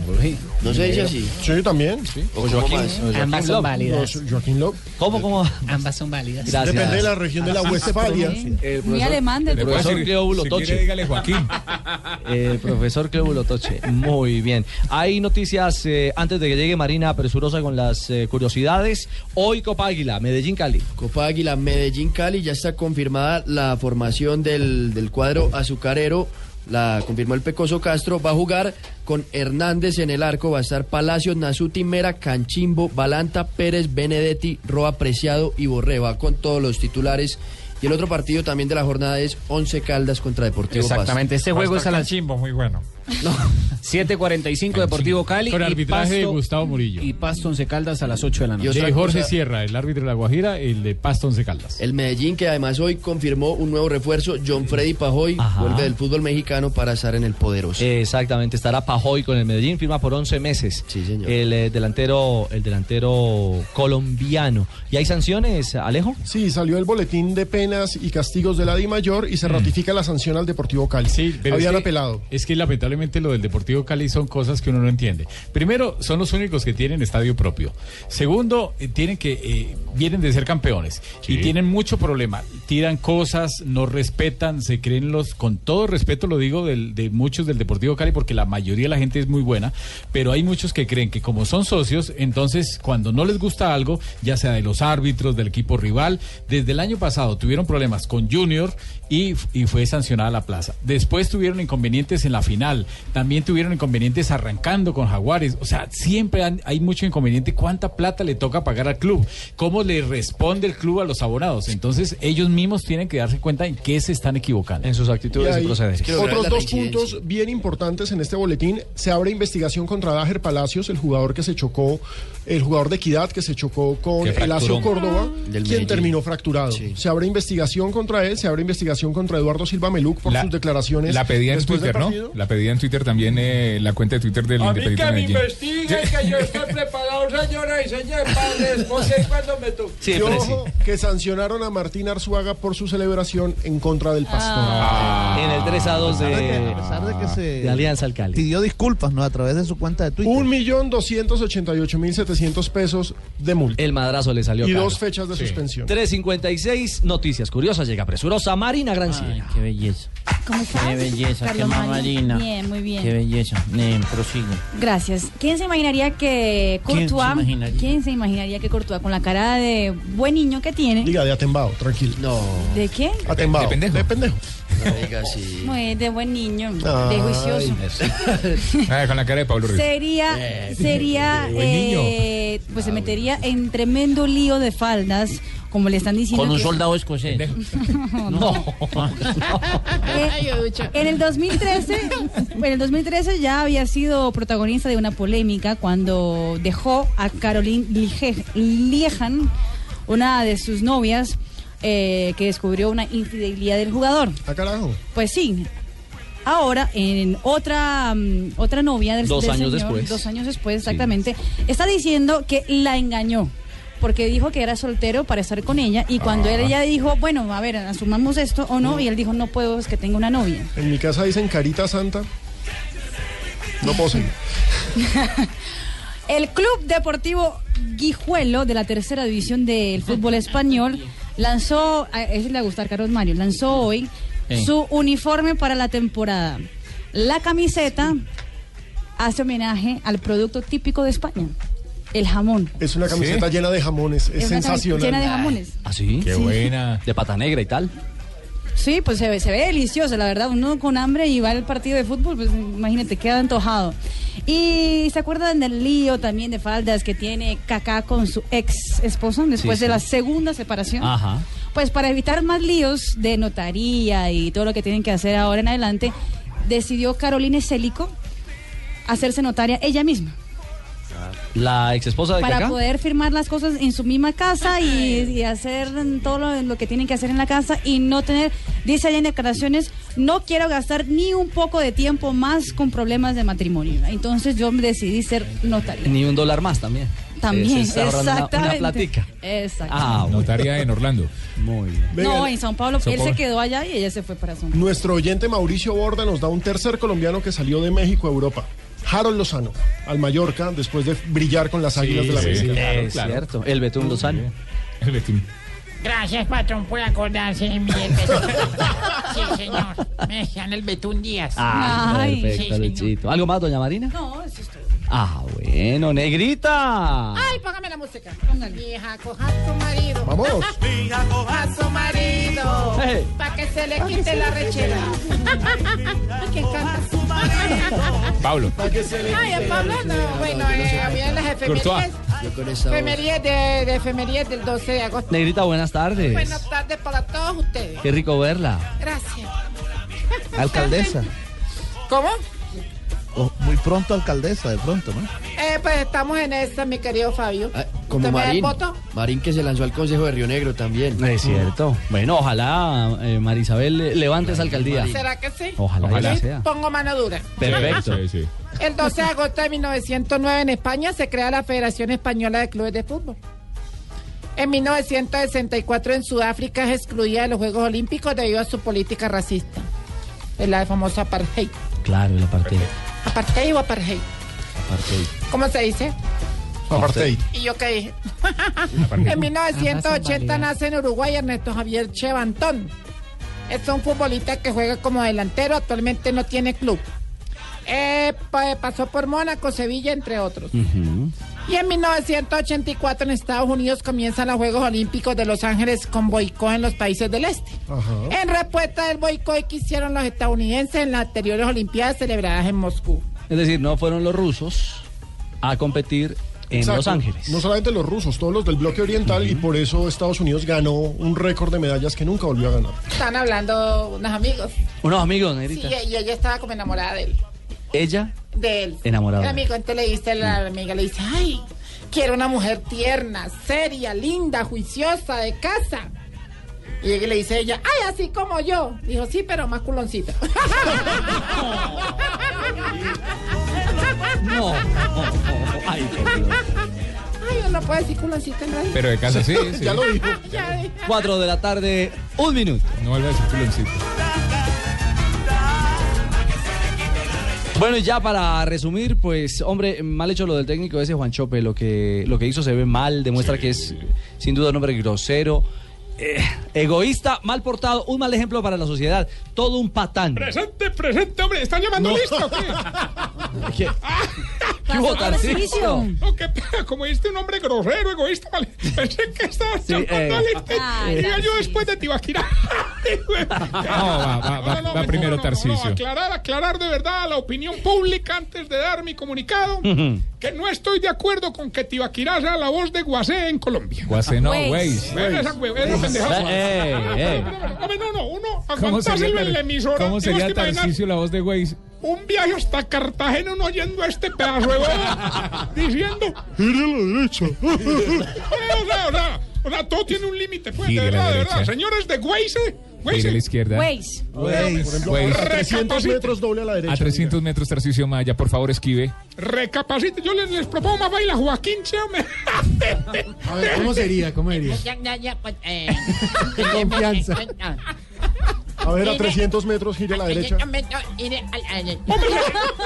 Speaker 22: No se dice así.
Speaker 9: Sí, también.
Speaker 22: O Joaquín.
Speaker 4: Ambas son válidas.
Speaker 2: ¿Cómo, cómo?
Speaker 4: Ambas son válidas.
Speaker 9: Depende de la región de la Westfalia.
Speaker 4: Muy alemán del
Speaker 2: El profesor Cleóbulo
Speaker 24: si
Speaker 2: Toche.
Speaker 24: quiere, dígale Joaquín.
Speaker 2: eh, El profesor Cleóbulo Toche. Muy bien. Hay noticias eh, antes de que llegue Marina Apresurosa con las eh, curiosidades. Hoy Copa Águila, Medellín Cali.
Speaker 22: Copa Águila, Medellín Cali, ya está confirmada la formación del, del cuadro azucarero la confirmó el Pecoso Castro, va a jugar con Hernández en el arco, va a estar Palacios, Nasuti, Mera, Canchimbo, Balanta, Pérez, Benedetti, Roa Preciado y Borré, va con todos los titulares. Y el otro partido también de la jornada es Once Caldas contra Deportivo Pasto.
Speaker 16: Exactamente, este juego es a las
Speaker 22: Canchimbo,
Speaker 16: muy bueno. 7:45 Deportivo Cali
Speaker 11: Con
Speaker 16: y
Speaker 11: arbitraje de
Speaker 16: Pasto-
Speaker 11: Gustavo Murillo.
Speaker 14: Y Pasto Once Caldas a las 8 de la noche.
Speaker 11: De Jorge Sierra, el árbitro de La Guajira, el de Pasto Once Caldas.
Speaker 22: El Medellín, que además hoy confirmó un nuevo refuerzo, John Freddy Pajoy, vuelve del fútbol mexicano para estar en el poderoso.
Speaker 2: Exactamente, estará Pajoy con el Medellín, firma por 11 meses. El eh, delantero, el delantero colombiano. ¿Y hay sanciones, Alejo?
Speaker 9: Sí, salió el boletín de penas y castigos de la Di Mayor y se
Speaker 2: Mm.
Speaker 9: ratifica la sanción al Deportivo Cali. Sí,
Speaker 11: Pero
Speaker 9: Habían
Speaker 11: es que-
Speaker 9: apelado.
Speaker 11: Es que lamentablemente lo del Deportivo Cali son cosas que uno no entiende. Primero, son los únicos que tienen estadio propio. Segundo, eh, tienen que eh, vienen de ser campeones y tienen mucho problema. Tiran cosas, no respetan, se creen los con todo respeto lo digo del- de muchos del Deportivo Cali porque la mayoría de la gente es muy buena, pero hay muchos que creen que como son socios, entonces cuando no les gusta algo, ya sea de los árbitros, del equipo rival, desde el año pasado tuvieron problemas con Junior y, y fue sancionada la plaza. Después tuvieron inconvenientes en la final, también tuvieron inconvenientes arrancando con Jaguares. O sea, siempre han- hay mucho inconveniente. ¿Cuánta plata le toca pagar al club? ¿Cómo le responde el club a los abonados? Entonces ellos mismos tienen que darse cuenta en qué se están equivocando. En
Speaker 2: sus
Speaker 9: Y ahí, Otros dos puntos bien importantes en este boletín. Se abre investigación contra Dager Palacios, el jugador que se chocó, el jugador de Equidad que se chocó con
Speaker 22: Que fracturó.
Speaker 9: Elacio Córdoba,
Speaker 22: Del
Speaker 9: quien
Speaker 22: Medellín.
Speaker 9: terminó fracturado. Se abre investigación contra él, se abre investigación contra Eduardo Silva Meluc por sus declaraciones.
Speaker 24: La pedía en
Speaker 9: después del
Speaker 24: Twitter, ¿no?
Speaker 9: partido.
Speaker 24: La pedía en Twitter también eh, la cuenta de Twitter del
Speaker 5: A mí
Speaker 24: Independiente
Speaker 5: que me
Speaker 24: Medellín.
Speaker 5: investiguen, que yo estoy preparado, señora y señor, padre, esposa y cuando me toque.
Speaker 9: Y ojo, que sancionaron a Martín Arzuaga por su celebración en contra del pastor. Ah.
Speaker 2: En el 3 a 2
Speaker 9: pesar
Speaker 6: de que-
Speaker 2: de,
Speaker 6: a pesar de que se-
Speaker 2: de Alianza al Cali.
Speaker 6: Eh, Pidió disculpas, ¿no? A través de su cuenta de Twitter.
Speaker 9: Un millón doscientos ochenta y ocho mil setecientos pesos de multa.
Speaker 2: El madrazo le salió
Speaker 9: Y
Speaker 2: caro.
Speaker 9: dos fechas de suspensión.
Speaker 2: 3.56, noticias curiosas, llega presurosa Marina Granciera.
Speaker 20: Qué belleza.
Speaker 17: ¿Cómo estás?
Speaker 20: Qué belleza, qué
Speaker 17: Carlos Mario?
Speaker 20: mamarina.
Speaker 17: Bien, muy bien.
Speaker 20: Qué belleza. Eh, prosigue.
Speaker 17: Gracias. ¿Quién se imaginaría que
Speaker 20: ¿Quién se
Speaker 17: Courtois, ¿quién se
Speaker 20: imaginaría?
Speaker 17: imaginaría, que Courtois con la cara de buen niño que tiene?
Speaker 9: Diga, de atembado, tranquilo.
Speaker 22: No.
Speaker 17: ¿De qué?
Speaker 9: Atembado. De pendejo.
Speaker 22: No diga así.
Speaker 17: No, es de buen niño,
Speaker 24: Ay,
Speaker 17: de juicioso.
Speaker 24: Ah, con la cara de Pablo Ruiz.
Speaker 17: Sería, sería,
Speaker 24: De buen niño. Ah,
Speaker 17: eh, pues se metería en tremendo lío de faldas, como le están diciendo.
Speaker 20: Con un
Speaker 17: que-
Speaker 20: soldado escocés.
Speaker 17: No. Eh, en el 2013, en el 2013 ya había sido protagonista de una polémica cuando dejó a Caroline Lige- Liehan, una de sus novias, eh, que descubrió una infidelidad del jugador.
Speaker 9: ¿A Ah, carajo?
Speaker 17: Pues sí. Ahora, en otra mm, otra novia del,
Speaker 2: Dos
Speaker 17: del
Speaker 2: años
Speaker 17: señor,
Speaker 2: después.
Speaker 17: dos años después, exactamente, está diciendo que la engañó. Porque dijo que era soltero para estar con ella y cuando
Speaker 9: Ah.
Speaker 17: él ella dijo, bueno, a ver, asumamos esto o no, y él dijo, no puedo, es que tengo una novia.
Speaker 9: En mi casa dicen carita santa. No puedo seguir.
Speaker 17: El Club Deportivo Guijuelo de la tercera división del fútbol español lanzó, a ese le va a gustar Carlos Mario, lanzó hoy
Speaker 3: Sí.
Speaker 17: su uniforme para la temporada. La camiseta hace homenaje al producto típico de España, el jamón.
Speaker 9: Es una camiseta llena de jamones. Es,
Speaker 17: Es una camiseta
Speaker 9: sensacional.
Speaker 17: llena de jamones.
Speaker 2: ¿Ah, sí?
Speaker 17: Qué Sí.
Speaker 2: buena. De pata negra y tal.
Speaker 17: Sí, pues se ve, se ve delicioso, la verdad. Uno con hambre y va al partido de fútbol, pues imagínate, queda antojado. Y se acuerdan del lío también de faldas que tiene Kaká con su ex esposa después
Speaker 4: Sí,
Speaker 17: de
Speaker 4: sí.
Speaker 17: la segunda separación.
Speaker 4: Ajá.
Speaker 17: Pues para evitar más líos de notaría y todo lo que tienen que hacer ahora en adelante, decidió Caroline Celico hacerse notaria ella misma
Speaker 2: La ex esposa de
Speaker 17: para
Speaker 2: Kaká.
Speaker 17: poder firmar las cosas en su misma casa y, y hacer todo lo, lo que tienen que hacer en la casa y no tener, dice allá en declaraciones, no quiero gastar ni un poco de tiempo más con problemas de matrimonio. Entonces yo decidí ser notaria.
Speaker 2: Ni un dólar más también.
Speaker 17: También,
Speaker 2: Eh, se está ahorrando una-
Speaker 17: exactamente.
Speaker 2: Una, platica.
Speaker 17: Exactamente.
Speaker 2: Ah, bueno.
Speaker 24: Notaría en Orlando.
Speaker 2: Muy bien.
Speaker 17: no, en Sao Paulo,
Speaker 9: Sao
Speaker 17: él se
Speaker 9: Paulo.
Speaker 17: quedó allá y ella se fue para Sao Paulo.
Speaker 9: Nuestro oyente Mauricio Borda nos da un tercer colombiano que salió de México a Europa. Harold Lozano, al Mallorca, después de brillar con las águilas de la
Speaker 2: Sí,
Speaker 9: América. Eh,
Speaker 2: es cierto. El Betún Lozano.
Speaker 24: El Betún.
Speaker 10: Gracias, patrón, por acordarse de mí. el Betún. Sí, señor. Me decían el Betún Díaz.
Speaker 2: Ah,
Speaker 10: Sí,
Speaker 2: perfecto,
Speaker 10: señor.
Speaker 2: Luchito. ¿Algo más, doña Marina?
Speaker 17: No, eso es todo.
Speaker 2: Ah, bueno, negrita.
Speaker 10: Ay, póngame la música. Vieja, coja a su marido.
Speaker 2: Vamos.
Speaker 10: Vieja, coja a su marido.
Speaker 2: Hey.
Speaker 10: Pa' que se le quite la rechera. Ay, que canta su marido.
Speaker 24: Pablo.
Speaker 10: Ay, a Pablo, no. Bueno, eh, a mí en las
Speaker 2: Courtois.
Speaker 10: efemerías. Efemerías de, de efemerías del 12 de agosto.
Speaker 2: Negrita, buenas tardes.
Speaker 10: Buenas tardes para todos ustedes.
Speaker 2: Qué rico verla.
Speaker 10: Gracias.
Speaker 6: Alcaldesa.
Speaker 10: ¿Cómo?
Speaker 6: O muy pronto alcaldesa, de pronto, ¿no?
Speaker 10: Eh, pues estamos en esta, mi querido Fabio.
Speaker 2: Ah,
Speaker 22: Como
Speaker 10: ¿Usted me da el
Speaker 22: Marín.
Speaker 10: voto?
Speaker 22: Marín que se lanzó al Consejo de Río Negro también. Mm.
Speaker 2: Es cierto. Bueno, ojalá eh, Marisabel eh, levante esa alcaldía.
Speaker 10: ¿Será que sí?
Speaker 2: Ojalá,
Speaker 10: Yo
Speaker 2: sea.
Speaker 10: Pongo mano dura.
Speaker 2: Perfecto.
Speaker 10: El 12 de agosto de 1909 en España se crea la Federación Española de Clubes de Fútbol. En 1964 en Sudáfrica es excluida de los Juegos Olímpicos debido a su política racista. Es la famosa apartheid.
Speaker 2: Claro, el apartheid.
Speaker 10: ¿Apartheid o apartheid?
Speaker 2: Apartheid.
Speaker 10: ¿Cómo se dice?
Speaker 2: Apartheid.
Speaker 10: ¿Y yo qué dije? en 1980 nace en Uruguay Ernesto Javier Chevantón. Es un futbolista que juega como delantero, actualmente no tiene club. Eh, pa- pasó por Mónaco, Sevilla, entre otros. Y en 1984 en Estados Unidos comienzan los Juegos Olímpicos de Los Ángeles con boicot en los países del este.
Speaker 2: Oh.
Speaker 10: En respuesta del boicot que hicieron los estadounidenses en las anteriores Olimpiadas celebradas en Moscú.
Speaker 2: Es decir, no fueron los rusos a competir en
Speaker 9: Exacto.
Speaker 2: Los Ángeles.
Speaker 9: No solamente los rusos, todos los del bloque oriental y por eso Estados Unidos ganó un récord de medallas que nunca volvió a ganar.
Speaker 10: Están hablando unos amigos.
Speaker 2: Unos amigos,
Speaker 10: Sí,
Speaker 2: negrita.
Speaker 10: y ella estaba como enamorada de él.
Speaker 2: Ella,
Speaker 10: de él.
Speaker 2: Enamorado.
Speaker 10: El amigo, entonces le dice a la amiga, le dice, ay, quiero una mujer tierna, seria, linda, juiciosa, de casa. Y llega y le dice ella, ay, así como yo. Dijo, sí, pero más culoncita.
Speaker 2: No. Ay, por Dios.
Speaker 10: Ay, yo no puedo decir culoncita en radio.
Speaker 24: Pero de casa sí, sí.
Speaker 10: Ya lo dijo. Ya dije.
Speaker 2: 4 de la tarde, un minuto.
Speaker 24: No vuelve a decir culoncito.
Speaker 2: Bueno, y ya para resumir, pues, hombre, mal hecho lo del técnico ese Juan Chope. Lo que, lo que hizo se ve mal, demuestra que es sin duda un hombre grosero, eh, egoísta, mal portado, un mal ejemplo para la sociedad, todo un patán.
Speaker 24: Presente, presente, hombre. ¿Están llamando listo o qué?
Speaker 2: ¿Qué? ¿Qué hubo, Tarcisio?
Speaker 24: No, qué pena, como este un hombre grosero, egoísta, vale. Pensé que estabas
Speaker 2: Sí,
Speaker 24: llamando
Speaker 2: eh.
Speaker 24: al este.
Speaker 2: Ay,
Speaker 24: Iba yo después de Tibaquirá.
Speaker 7: No, va, va, va,
Speaker 24: No, no,
Speaker 7: va
Speaker 24: no,
Speaker 7: primero
Speaker 24: no, no,
Speaker 7: Tarcisio.
Speaker 24: no, aclarar, aclarar de verdad a la opinión pública antes de dar mi comunicado
Speaker 7: Ujú.
Speaker 24: que no estoy de acuerdo con que Tibaquirá sea la voz de Guasé en Colombia.
Speaker 7: Guasé no, Waze. Waze.
Speaker 24: Bueno, esa hue- esa pendejada.
Speaker 7: Eh, eh.
Speaker 24: Hombre, No, no, uno
Speaker 7: ¿Cómo
Speaker 24: aguantarse
Speaker 7: sería,
Speaker 24: en la
Speaker 7: Tar-
Speaker 24: emisora.
Speaker 7: ¿Cómo
Speaker 24: ¿te
Speaker 7: sería
Speaker 24: vas a imaginar?
Speaker 7: Tarcisio la voz de Waze?
Speaker 24: un viaje hasta Cartagena uno oyendo a este pedazo de bola diciendo gira a la derecha Eh, o sea, o sea, o sea, todo tiene un límite pues, de
Speaker 7: Gire a la
Speaker 24: verdad, de
Speaker 7: derecha.
Speaker 24: verdad señores de Waze
Speaker 7: Gire
Speaker 24: Waze
Speaker 7: a la izquierda.
Speaker 17: Waze.
Speaker 7: Waze.
Speaker 24: Por ejemplo,
Speaker 7: Waze.
Speaker 24: a 300
Speaker 9: metros doble a la
Speaker 7: A 300 metros Tarcisio Maya, por favor, esquive.
Speaker 24: recapacite yo les, les propongo más baila Joaquín che, hombre.
Speaker 26: A ver, ¿cómo sería? ¿Cómo sería?
Speaker 10: Ya, ya, ya, pues, eh.
Speaker 9: Qué confianza. A ver, a 300 metros gira a la derecha.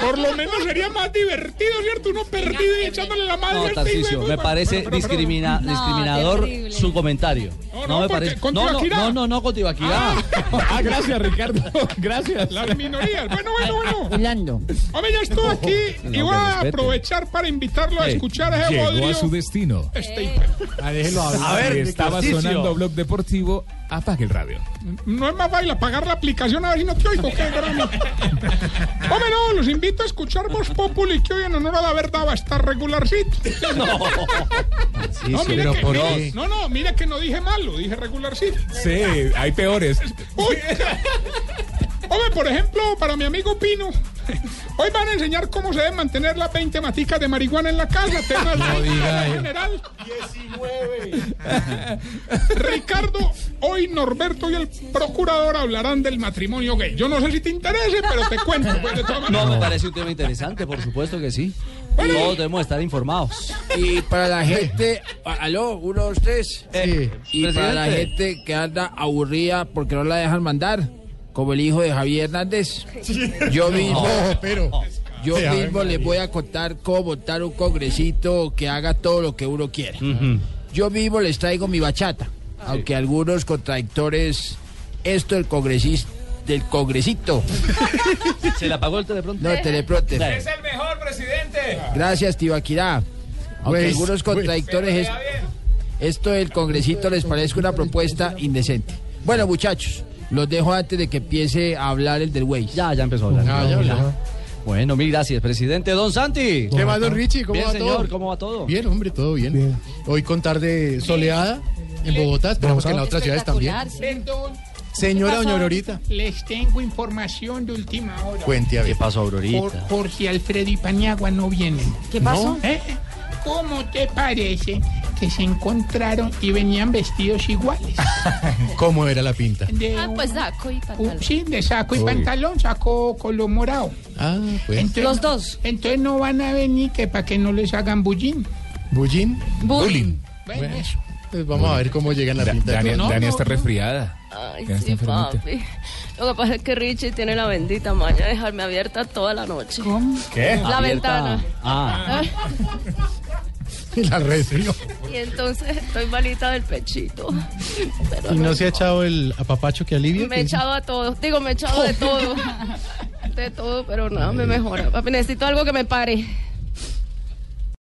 Speaker 24: por lo menos sería más divertido ¿cierto? uno perdido y echándole la madre este
Speaker 2: No,
Speaker 24: al
Speaker 2: Tarcisio, me parece discrimina-
Speaker 24: No,
Speaker 2: discriminador su comentario. No, me parece.
Speaker 24: con
Speaker 2: no, no,
Speaker 24: Tibaquirá.
Speaker 2: no, no, no, con Tibaquirá.
Speaker 24: Ah, gracias,
Speaker 2: Ricardo.
Speaker 24: Gracias. Las minorías. Bueno, bueno, bueno. Hombre, ya estoy
Speaker 7: No,
Speaker 24: aquí y
Speaker 7: que
Speaker 24: voy a
Speaker 7: respete.
Speaker 24: aprovechar para invitarlo a
Speaker 7: Eh,
Speaker 24: escuchar a ese
Speaker 7: Llegó a su
Speaker 24: bodrio.
Speaker 7: destino. Ah,
Speaker 24: Este hiper-
Speaker 7: A ver, estaba sonando Blog Deportivo. Apague el radio.
Speaker 24: No es más baila apagar la aplicación a ver si no te oigo. Qué drama. Hombre, no, los invito a escuchar Voz Populi que hoy en honor a la verdad va a estar regularcito.
Speaker 2: No.
Speaker 24: No,
Speaker 7: sí,
Speaker 24: mire
Speaker 7: pero
Speaker 24: que-
Speaker 7: por
Speaker 24: mire-
Speaker 7: Dios.
Speaker 24: no, no, mira que no dije malo, dije regularcito.
Speaker 7: Sí, hay peores.
Speaker 24: Uy. Hombre, por ejemplo, para mi amigo Pino, hoy van a enseñar cómo se deben mantener las 20 maticas de marihuana en la casa, temas
Speaker 7: No
Speaker 24: de-
Speaker 7: diga,
Speaker 24: en
Speaker 7: eh.
Speaker 24: general. 19. Ricardo, hoy Norberto y el procurador hablarán del matrimonio gay. Yo no sé si te interese, pero te cuento. pues, de todas
Speaker 2: No,
Speaker 24: maneras.
Speaker 2: me parece un tema interesante, por supuesto que sí. Todos debemos estar informados.
Speaker 5: Y para la gente, a- aló, uno, dos, tres. y para la
Speaker 2: Eh, Presidente.
Speaker 5: gente que anda aburrida porque no la dejan mandar, como el hijo de Javier Hernández. Yo mismo,
Speaker 9: No, pero.
Speaker 5: yo
Speaker 9: Sí, a ver,
Speaker 5: mismo les voy a contar cómo votar un congresito que haga todo lo que uno quiere. Yo mismo les traigo mi bachata, aunque algunos contradictores, esto del congresista, del congresito.
Speaker 2: ¿Se le apagó el telepronto?
Speaker 5: No, el teleprompter.
Speaker 24: el mejor presidente.
Speaker 7: Gracias, Tibaquirá. Aunque Pues, algunos pues. contradictores, es- esto del congresito les parece una propuesta indecente. Bueno, muchachos, los dejo antes de que empiece a hablar el del güey. Ya,
Speaker 2: ya empezó a hablar. Bueno, mil gracias, presidente. Don Santi.
Speaker 5: ¿Qué más, don Richie? ¿Cómo
Speaker 2: Bien,
Speaker 5: va
Speaker 2: señor,
Speaker 5: todo?
Speaker 2: ¿cómo va todo?
Speaker 5: Bien, hombre, todo bien. Hoy con tarde soleada en Bogotá, esperamos que en las otras ciudades también.
Speaker 14: Perdón.
Speaker 5: Señora
Speaker 14: ¿Qué
Speaker 5: doña
Speaker 14: pasó?
Speaker 5: Aurorita.
Speaker 14: Les tengo información de última hora.
Speaker 5: Cuente a ver.
Speaker 2: ¿Qué pasó,
Speaker 14: Jor-
Speaker 2: Aurorita?
Speaker 14: Jorge Alfredo y Paniagua no vienen.
Speaker 5: ¿Qué pasó?
Speaker 14: ¿Eh? ¿Cómo te parece que se encontraron y venían vestidos iguales?
Speaker 5: ¿Cómo era la pinta?
Speaker 14: De
Speaker 27: Ah,
Speaker 14: un-
Speaker 27: pues saco y pantalón.
Speaker 14: un- sí, de saco y
Speaker 5: Uy.
Speaker 14: pantalón, saco color morado.
Speaker 5: Ah, pues.
Speaker 14: Los dos. Entonces no van a venir que para que no les hagan bullín.
Speaker 5: ¿Bullín?
Speaker 14: Bullying.
Speaker 5: Bueno, eso. Pues vamos a ver cómo llegan la
Speaker 28: Da-
Speaker 5: pinta. de
Speaker 28: Dania,
Speaker 5: todos.
Speaker 28: Dania está resfriada.
Speaker 27: Ay,
Speaker 28: Dania está
Speaker 27: sí,
Speaker 28: enfermita.
Speaker 27: papi. Lo que pasa es que Richie tiene la bendita maña de dejarme abierta toda la noche.
Speaker 5: ¿Qué?
Speaker 27: La
Speaker 5: Abierta.
Speaker 27: ventana.
Speaker 5: Ah. La resfrió.
Speaker 27: Y entonces estoy malita del pechito. Pero
Speaker 5: ¿Y no pues.
Speaker 27: no-
Speaker 5: se ha echado el apapacho que alivia?
Speaker 27: me he echado a todo. Digo, me he echado de todo. De todo, pero nada, me mejora. Papi, necesito algo que me pare.